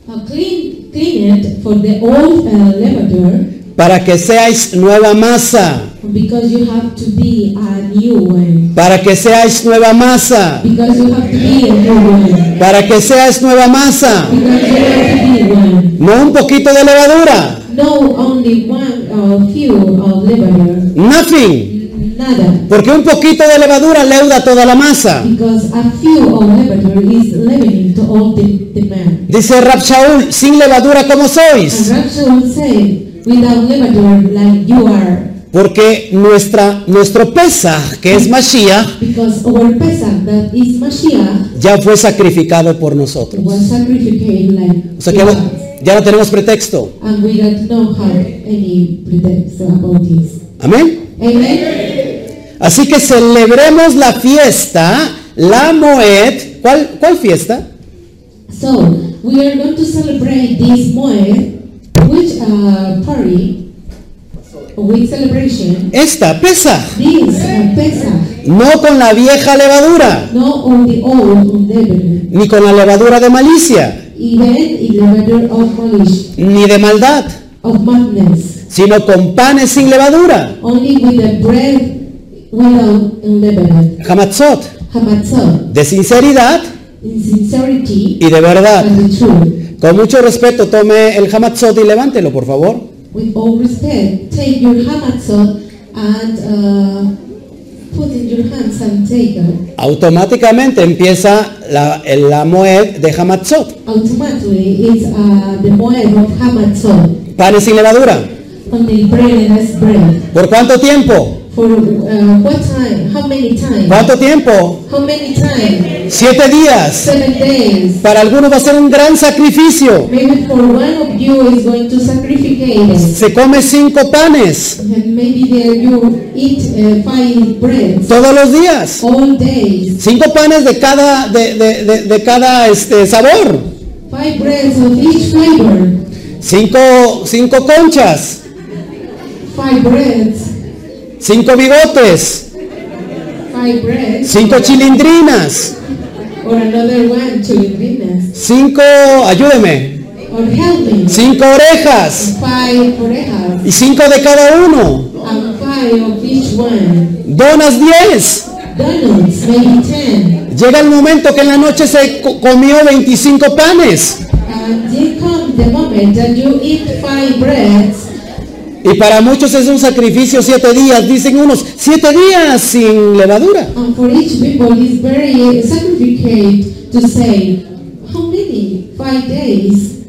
Uh, clean, clean it for the old uh, leavener
para que seáis nueva masa.
because you have to be a new one.
Para que seáis nueva masa.
Because you have to be a new one.
Para que seáis nueva masa.
Because you have to be one.
No un poquito de levadura.
No only one or few of leavener.
Nothing.
Nada.
Porque un poquito de levadura leuda toda la masa.
Because a few of leavener is leavening to all the, the man.
Dice Rab Shaul, sin levadura como
And
sois.
Rapture will say, without leavener like you are.
Porque nuestra, nuestro Pesaj, que es Mashiach,
Because our Pesach, that is Mashiach,
ya fue sacrificado por nosotros.
was sacrificed like
O sea que
you
ya
are.
no- ya no tenemos pretexto.
and we don't know how any pretext about this.
Amén.
Amen.
Así que celebremos la fiesta, la Moed. ¿Cuál, cuál fiesta?
So we are going to celebrate this Moed, which uh, party, with celebration,
Esta, Pesaj.
this uh, Pesach,
No con la vieja levadura,
not on the old on Lebanon,
ni con la levadura de malicia,
even in the matter of knowledge,
ni de maldad,
of madness,
sino con panes sin levadura.
only with the bread without in Lebanon,
Hamatzot.
Hamatzah,
De sinceridad
in sincerity
y de verdad.
and the truth.
Con mucho respeto, tome el hamatzot y levántelo, por favor.
With all respect, take your Hamatzah and uh, Put in your hands and take them.
Automáticamente empieza la, el- la moed de Hamatzot,
Automatically, it's uh, the moed of Hamatzot
panes sin levadura.
on the breadless bread.
¿Por cuánto tiempo?
For uh, what time? How many times?
¿Cuánto tiempo?
How many times?
Siete días.
Seven days.
Para algunos va a ser un gran sacrificio.
Maybe for one of you is going to sacrifice it.
Se come cinco panes
And maybe there you eat uh, five breads
todos los días.
all days.
Cinco panes de cada, de, de- de- de cada este, sabor.
Five breads of each flavor.
Cinco, cinco conchas.
Five breads.
Cinco bigotes.
Five breads.
Cinco chilindrinas.
Or another one to Venus.
Cinco, ayúdeme.
Or helping.
Cinco orejas.
Five orejas.
Y cinco de cada uno.
And five of each one.
Donas diez.
Donuts, maybe ten.
Llega el momento que en la noche se co- comió 25 panes.
And they come the moment that you eat five breads.
Y para muchos es un sacrificio siete días, dicen unos, siete días sin levadura.
And for each people it's very sacrificate to say, how many? Five days?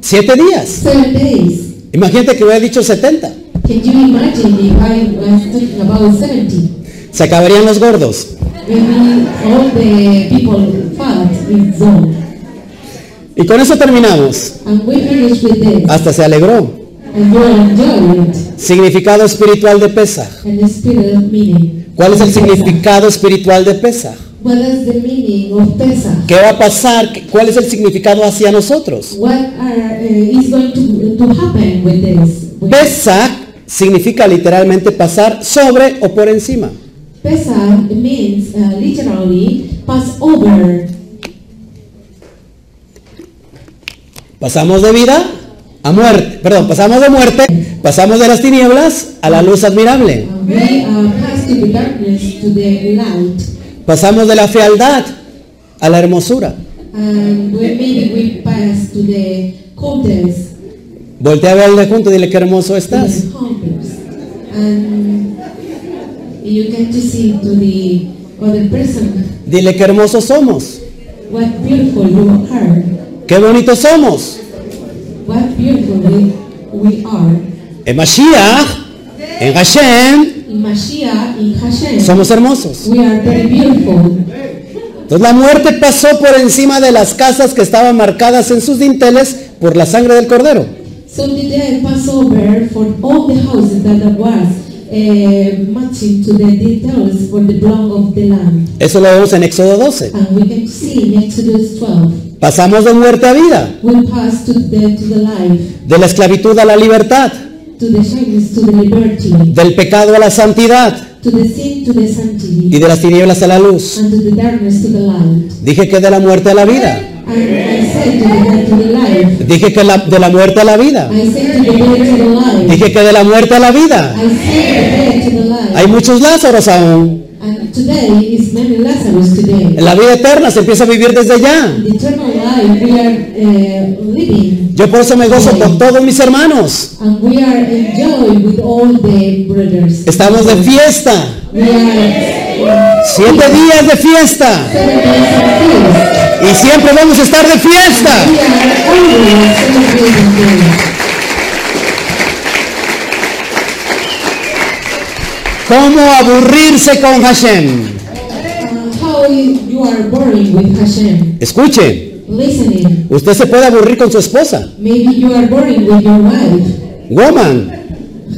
Siete días.
Seven days?
Imagínate que hubiera dicho 70.
Can you imagine if I was talking about 70?
Se acabarían los gordos.
Maybe all the people fat is zone.
Y con eso terminamos.
And we finish with this.
Hasta se alegró.
and you enjoy it
Significado espiritual de Pesaj.
and the spirit of meaning.
¿Cuál es el
Pesach.
significado espiritual de Pesaj?
What is the meaning of Pesach?
¿Qué va a pasar? ¿Cuál es el significado hacia nosotros?
What are, uh, is going to, to happen with this? With
Pesaj significa literalmente pasar sobre o por encima.
Pesach means uh, literally pass over.
Pasamos de vida a muerte, perdón, pasamos de muerte, pasamos de las tinieblas a la luz admirable,
Uh, we uh, pass to the darkness to the light.
pasamos de la fealdad a la hermosura.
And we, maybe we pass to the coldness
Voltea a verle junto y dile qué hermoso
to
estás.
the humbers. And you can just see to the other person
Dile qué hermosos somos,
what beautiful you are.
qué bonitos somos.
What beautiful we, we are.
En Mashiach, en Hashem,
In Mashiach, in Hashem,
somos hermosos.
we are very beautiful.
Entonces la muerte pasó por encima de las casas que estaban marcadas en sus dinteles por la sangre del cordero.
So the day Passover for all the houses that there was eh, matching to the details for the blood of the lamb.
Eso lo vemos en Éxodo 12.
And we can see in Exodus 12,
Pasamos de muerte a vida,
we pass to the, to the life,
de la esclavitud a la libertad,
to the shyness, to the liberty,
del pecado a la santidad
to the sin, to the
y
sanctity,
de las tinieblas a la luz.
and to the darkness, to the light.
Dije que de la muerte a la vida.
And I said to the dead to the life,
Dije que la- de la muerte a la vida.
I said to the dead to the life.
Dije que de la muerte a la vida.
I say today to the
Hay
life,
muchos Lázaros aún.
and today is many Lazarus today.
La vida eterna se empieza a vivir desde ya.
The eternal life we are uh, living,
Yo por eso me gozo con todos mis hermanos.
and we are enjoying with all the brothers.
Estamos de fiesta.
We are
Siete días de fiesta.
seven days of feast.
Y siempre vamos a estar de fiesta.
We are always celebrating them.
¿Cómo aburrirse con Hashem?
Uh, how you are boring with Hashem,
Escuche,
listening.
usted se puede aburrir con su esposa.
Maybe you are boring with your wife,
Woman,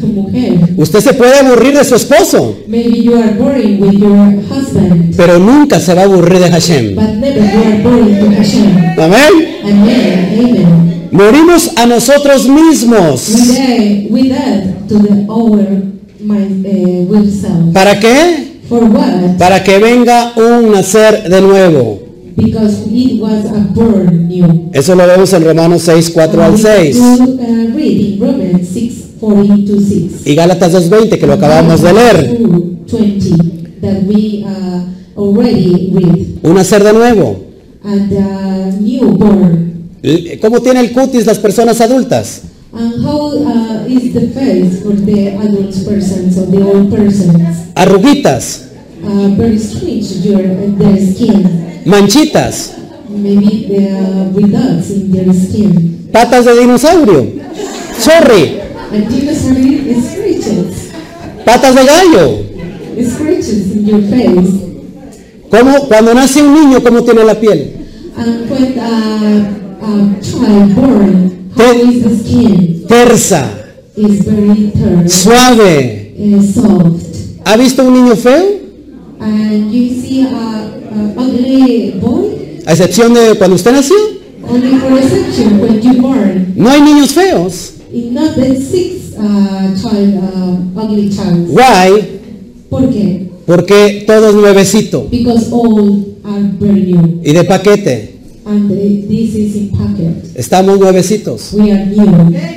mujer.
usted se puede aburrir de su esposo.
Maybe you are boring with your husband,
pero nunca se va a aburrir de Hashem.
but never you are boring with Hashem.
Amén.
Amen, amen.
Morimos a nosotros
We
mismos.
die with that to the our my uh, will self.
¿Para qué?
For what?
Para que venga un nacer de nuevo.
Because it was a born new.
Eso lo vemos en Romanos 6, 4 al 6
To, uh, read in Romans 6, 40 to 6.
y Gálatas 2.20 que lo acabamos de leer.
20 that we uh, already read.
Un nacer de nuevo.
And uh, newborn.
L- ¿Cómo tiene el cutis las personas adultas?
And how uh, is the face for the adult persons or the old persons?
arruguitas,
Uh, very strange, your, uh, their skin.
manchitas,
Maybe they are with dots in their skin.
patas de dinosaurio, sorry,
And dinosaur is scratches.
patas de gallo.
Scratches in your face.
¿Cómo, cuando nace un niño, ¿cómo tiene la piel?
And when uh, a child born, how is the skin?
Tersa,
Is very thin,
suave.
uh, soft.
¿Ha visto un niño feo?
And you see a, a ugly boy
A excepción de cuando usted nació.
only for a section when you born.
No hay niños feos.
It's not the six uh, child, uh, ugly child.
Why?
¿Por qué?
Porque todo es nuevecito
Because all are brand new.
y de paquete.
And they- this is in packet.
Estamos nuevecitos
We are new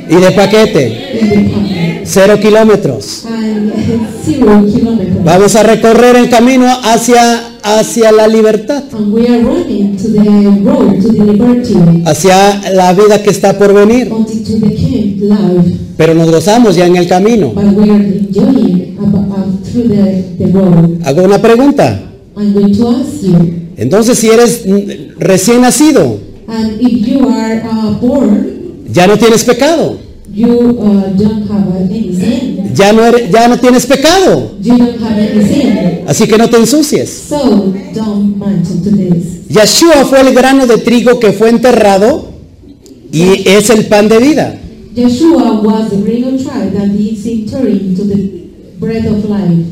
in
y de paquete.
the packet.
Cero kilómetros.
And uh, zero kilometers.
Vamos a recorrer el camino hacia, hacia la libertad,
And we are running to the road, to the liberty,
hacia la vida que está por venir.
only to the camp life.
Pero nos gozamos ya en el camino.
But we are enjoying ab- ab- through the, the road.
Hago una pregunta.
I'm going to ask you,
Entonces, si eres mm, recién nacido,
and if you are uh, born,
ya no tienes pecado.
you uh, don't have any sin.
Ya no, eres- ya no tienes pecado.
You don't have any sin.
Así que no te ensucies.
So don't mention to this.
Yeshua fue el grano de trigo que fue enterrado y es el pan de vida.
Joshua was the real child that is entering to the bread of life.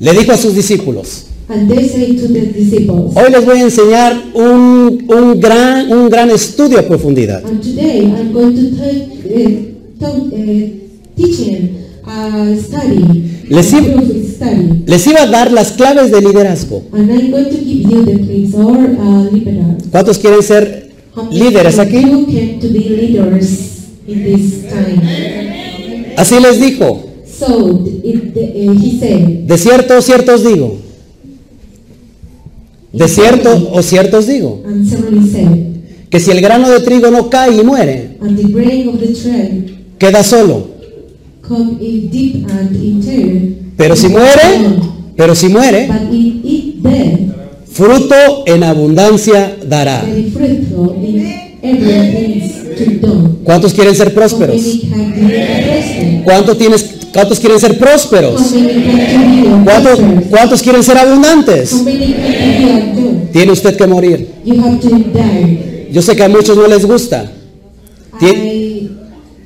Le dijo a sus discípulos,
And they say to the disciples,
hoy les voy a enseñar un, un gran, un gran estudio a profundidad.
and today I'm going to take, uh, talk, uh, teaching uh, study,
Les
a
im-
proof study.
Les iba a dar las claves de liderazgo.
And I'm going to give you the place or uh, liberal.
¿Cuántos quieren ser líderes aquí?
You came to be leaders in this time.
Así les dijo,
So it, uh, he said,
de cierto o cierto os digo, de cierto o cierto os digo,
and severally said,
que si el grano de trigo no cae y muere,
and the grain of the trail
queda solo.
come in deep and in tear.
Pero si muere, pero si muere,
But it it then
Fruto en abundancia dará.
very fruitful in everything to do.
¿Cuántos quieren ser
How
prósperos?
many have you addressed?
¿Cuántos, tienes, cuántos quieren ser
How
prósperos?
many have you
¿Cuántos,
addressed?
cuántos quieren ser
How
abundantes?
many have you done?
Tiene usted que morir.
You have to die.
Yo sé que a muchos no les gusta.
I,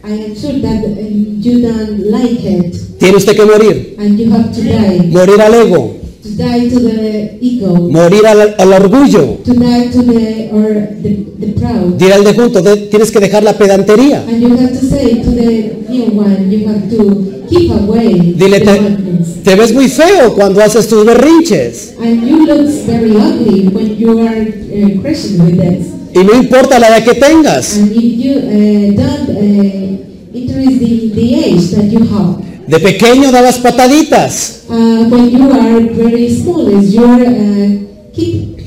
I am sure that uh, you don't like it
Tiene usted que morir.
and you have to die.
Morir al ego,
To die to the ego,
morir al, al orgullo.
to die to the or the, the proud.
Dirá el de junto, de- tienes que dejar la pedantería.
And you have to say to the new one, you have to keep away
Dile,
the
te,
madness.
te ves muy feo cuando haces tus berrinches.
And you look very ugly when you are uh, crashing with us.
Y no importa la edad que tengas.
And if you uh, don't uh, interest the, the age that you have.
De pequeño dabas pataditas,
Uh, when you are very small, is your uh, keep,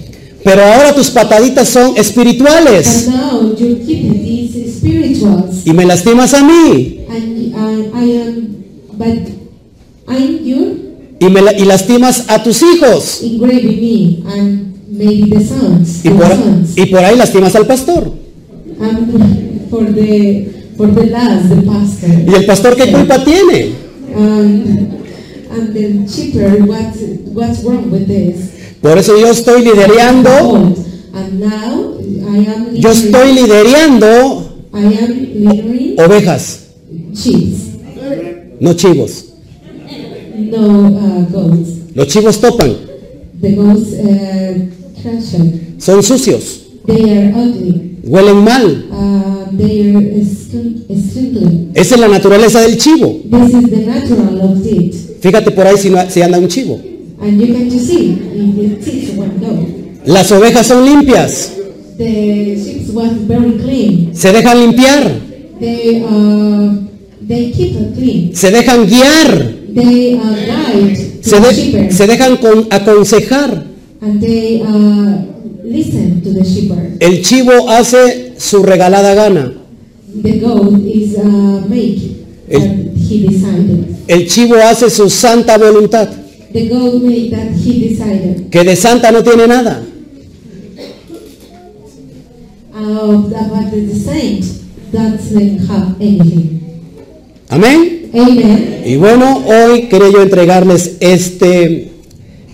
pero ahora tus pataditas son espirituales.
but now your keep is spirituals,
y me lastimas a mí
and uh, I am, but I'm you
y, me la- y lastimas a tus hijos
engrave me and maybe the sons,
y
the
por,
sons,
y por ahí lastimas al pastor.
and for the for the last the pastor,
¿Y el pastor qué culpa tiene?
and and the cheaper what what's wrong with this?
Por eso yo estoy liderando,
And now I am
yo
leading-
estoy liderando
I am littering
ovejas,
sheets,
no chivos.
no uh, goats.
Los chivos topan,
The goats uh, crash them.
son sucios,
They are ugly.
huelen mal.
Uh, they are string- stringly.
Esa es la naturaleza del chivo.
This is the natural of it.
Fíjate por ahí si, no- si anda un chivo.
And you can just see if it sits one goat.
Las ovejas son limpias,
The sheep was very clean.
se dejan limpiar,
They uh, they keep it clean.
se dejan guiar,
They are guide to
se,
the
de-
shepherd
se dejan con- aconsejar.
and they uh, listen to the shepherd.
El chivo hace su regalada gana.
The goat is a make that he decided.
El chivo hace su santa voluntad,
The goat made that he decided.
que de santa no tiene nada.
Of the, but the saint doesn't have anything.
Amén.
Amen.
Y bueno, hoy quería yo entregarles este,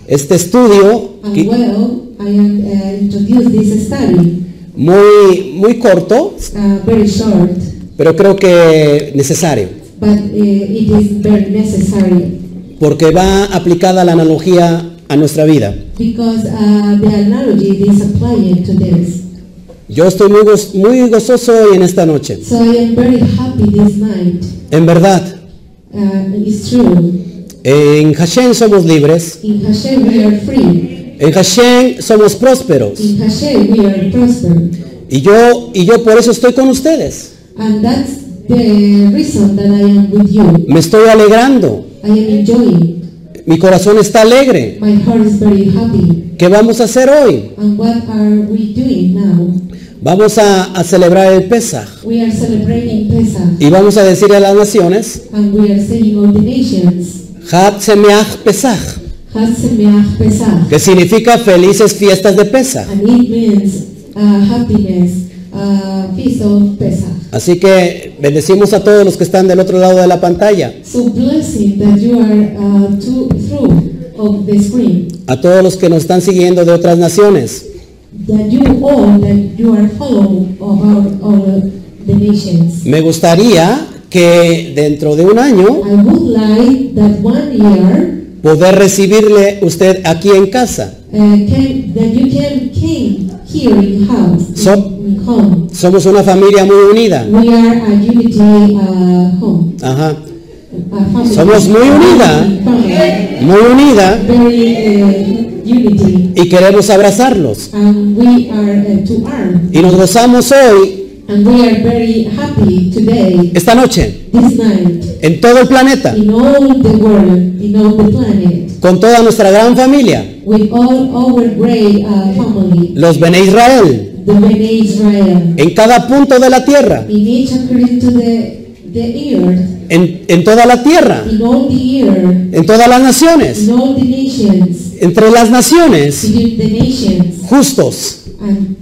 este estudio
And
que-
well, I am uh, introduced this study,
muy, muy corto,
uh, very short,
pero creo que necesario,
but uh, it is very necessary
porque va aplicada la analogía a nuestra vida.
because uh, the analogy is applied to this.
Yo estoy muy, goz- muy gozoso hoy en esta noche.
So I am very happy this night.
En verdad,
Uh, it's true.
en Hashem somos libres,
In Hashem we are free.
en Hashem somos prósperos.
In Hashem we are prospered.
Y yo, y yo por eso estoy con ustedes.
And that's the reason that I am with you.
Me estoy alegrando,
I am enjoying.
mi corazón está alegre.
My heart is very happy.
¿Qué vamos a hacer hoy?
And what are we doing now?
Vamos a, a celebrar el Pesaj.
We are celebrating Pesach
Y vamos a decir a las naciones,
and we are saying all the nations,
Chag Semeach Pesach,
Chag Sameach Pesach.
que significa felices fiestas de Pesach.
And it means uh, happiness, uh, feast of Pesach.
Así que bendecimos a todos los que están del otro lado de la pantalla,
So blessing that you are uh, to, through of the screen,
a todos los que nos están siguiendo de otras naciones.
that you all, that you are following of our, all the nations.
Me gustaría que dentro de un año
I would like that one year
poder recibirle usted aquí en casa.
uh, can, that you can came here in house,
So-
in home.
Somos una familia muy unida.
We are a unity uh, home.
Ajá.
a family.
Somos muy unida.
Family.
Muy unida
Very uh, unity.
y queremos abrazarlos.
And we are uh, to arm.
Y nos gozamos hoy,
And we are very happy today,
esta noche,
this night,
en todo el planeta,
in all the world, in all the planet,
con toda nuestra gran familia.
with all our great uh, family,
los Bene Israel,
the Bene Israel,
en cada punto de la tierra,
in each according to the, the earth,
en, en toda la tierra,
in all the earth,
en todas las naciones,
in all the nations,
entre las naciones,
between the nations,
justos,
and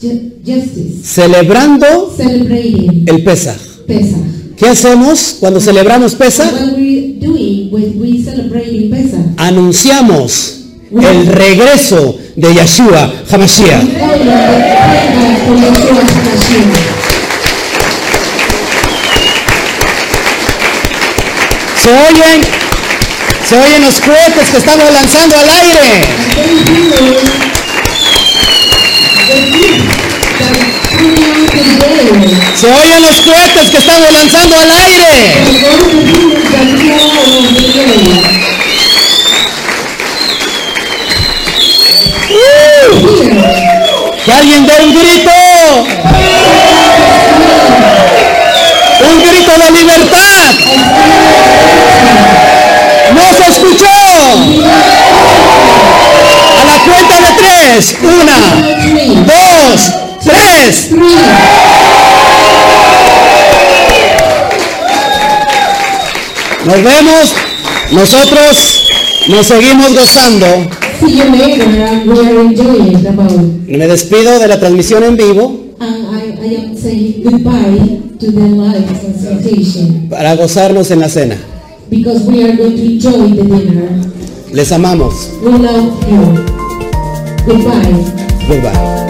ju- justice.
celebrando
celebrating
el Pesaj.
Pesach.
¿Qué hacemos cuando celebramos Pesaj?
What we doing when we celebrating Pesach?
Anunciamos el regreso de Yeshua
We
Hamashiach.
call it the Pesach for Yeshua HaMashiach.
Se oyen, se oyen los cohetes que estamos lanzando al aire.
And they do the gift that we have today.
Se oyen los cohetes que estamos lanzando al aire.
And all the gifts that we have on the day.
¡Uh!
Here,
¡Que alguien dé un grito! ¡Un grito de libertad! ¡No se escuchó! A la cuenta de tres. Una,
three,
dos, tres.
three.
Nos vemos. Nosotros nos seguimos gozando.
See you later, and we are enjoying the bowl.
Me despido de la transmisión en vivo
And I, I am saying goodbye to the live transportation.
para gozarnos en la cena.
because we are going to enjoy the dinner.
Les amamos.
We love you. Goodbye.
Goodbye.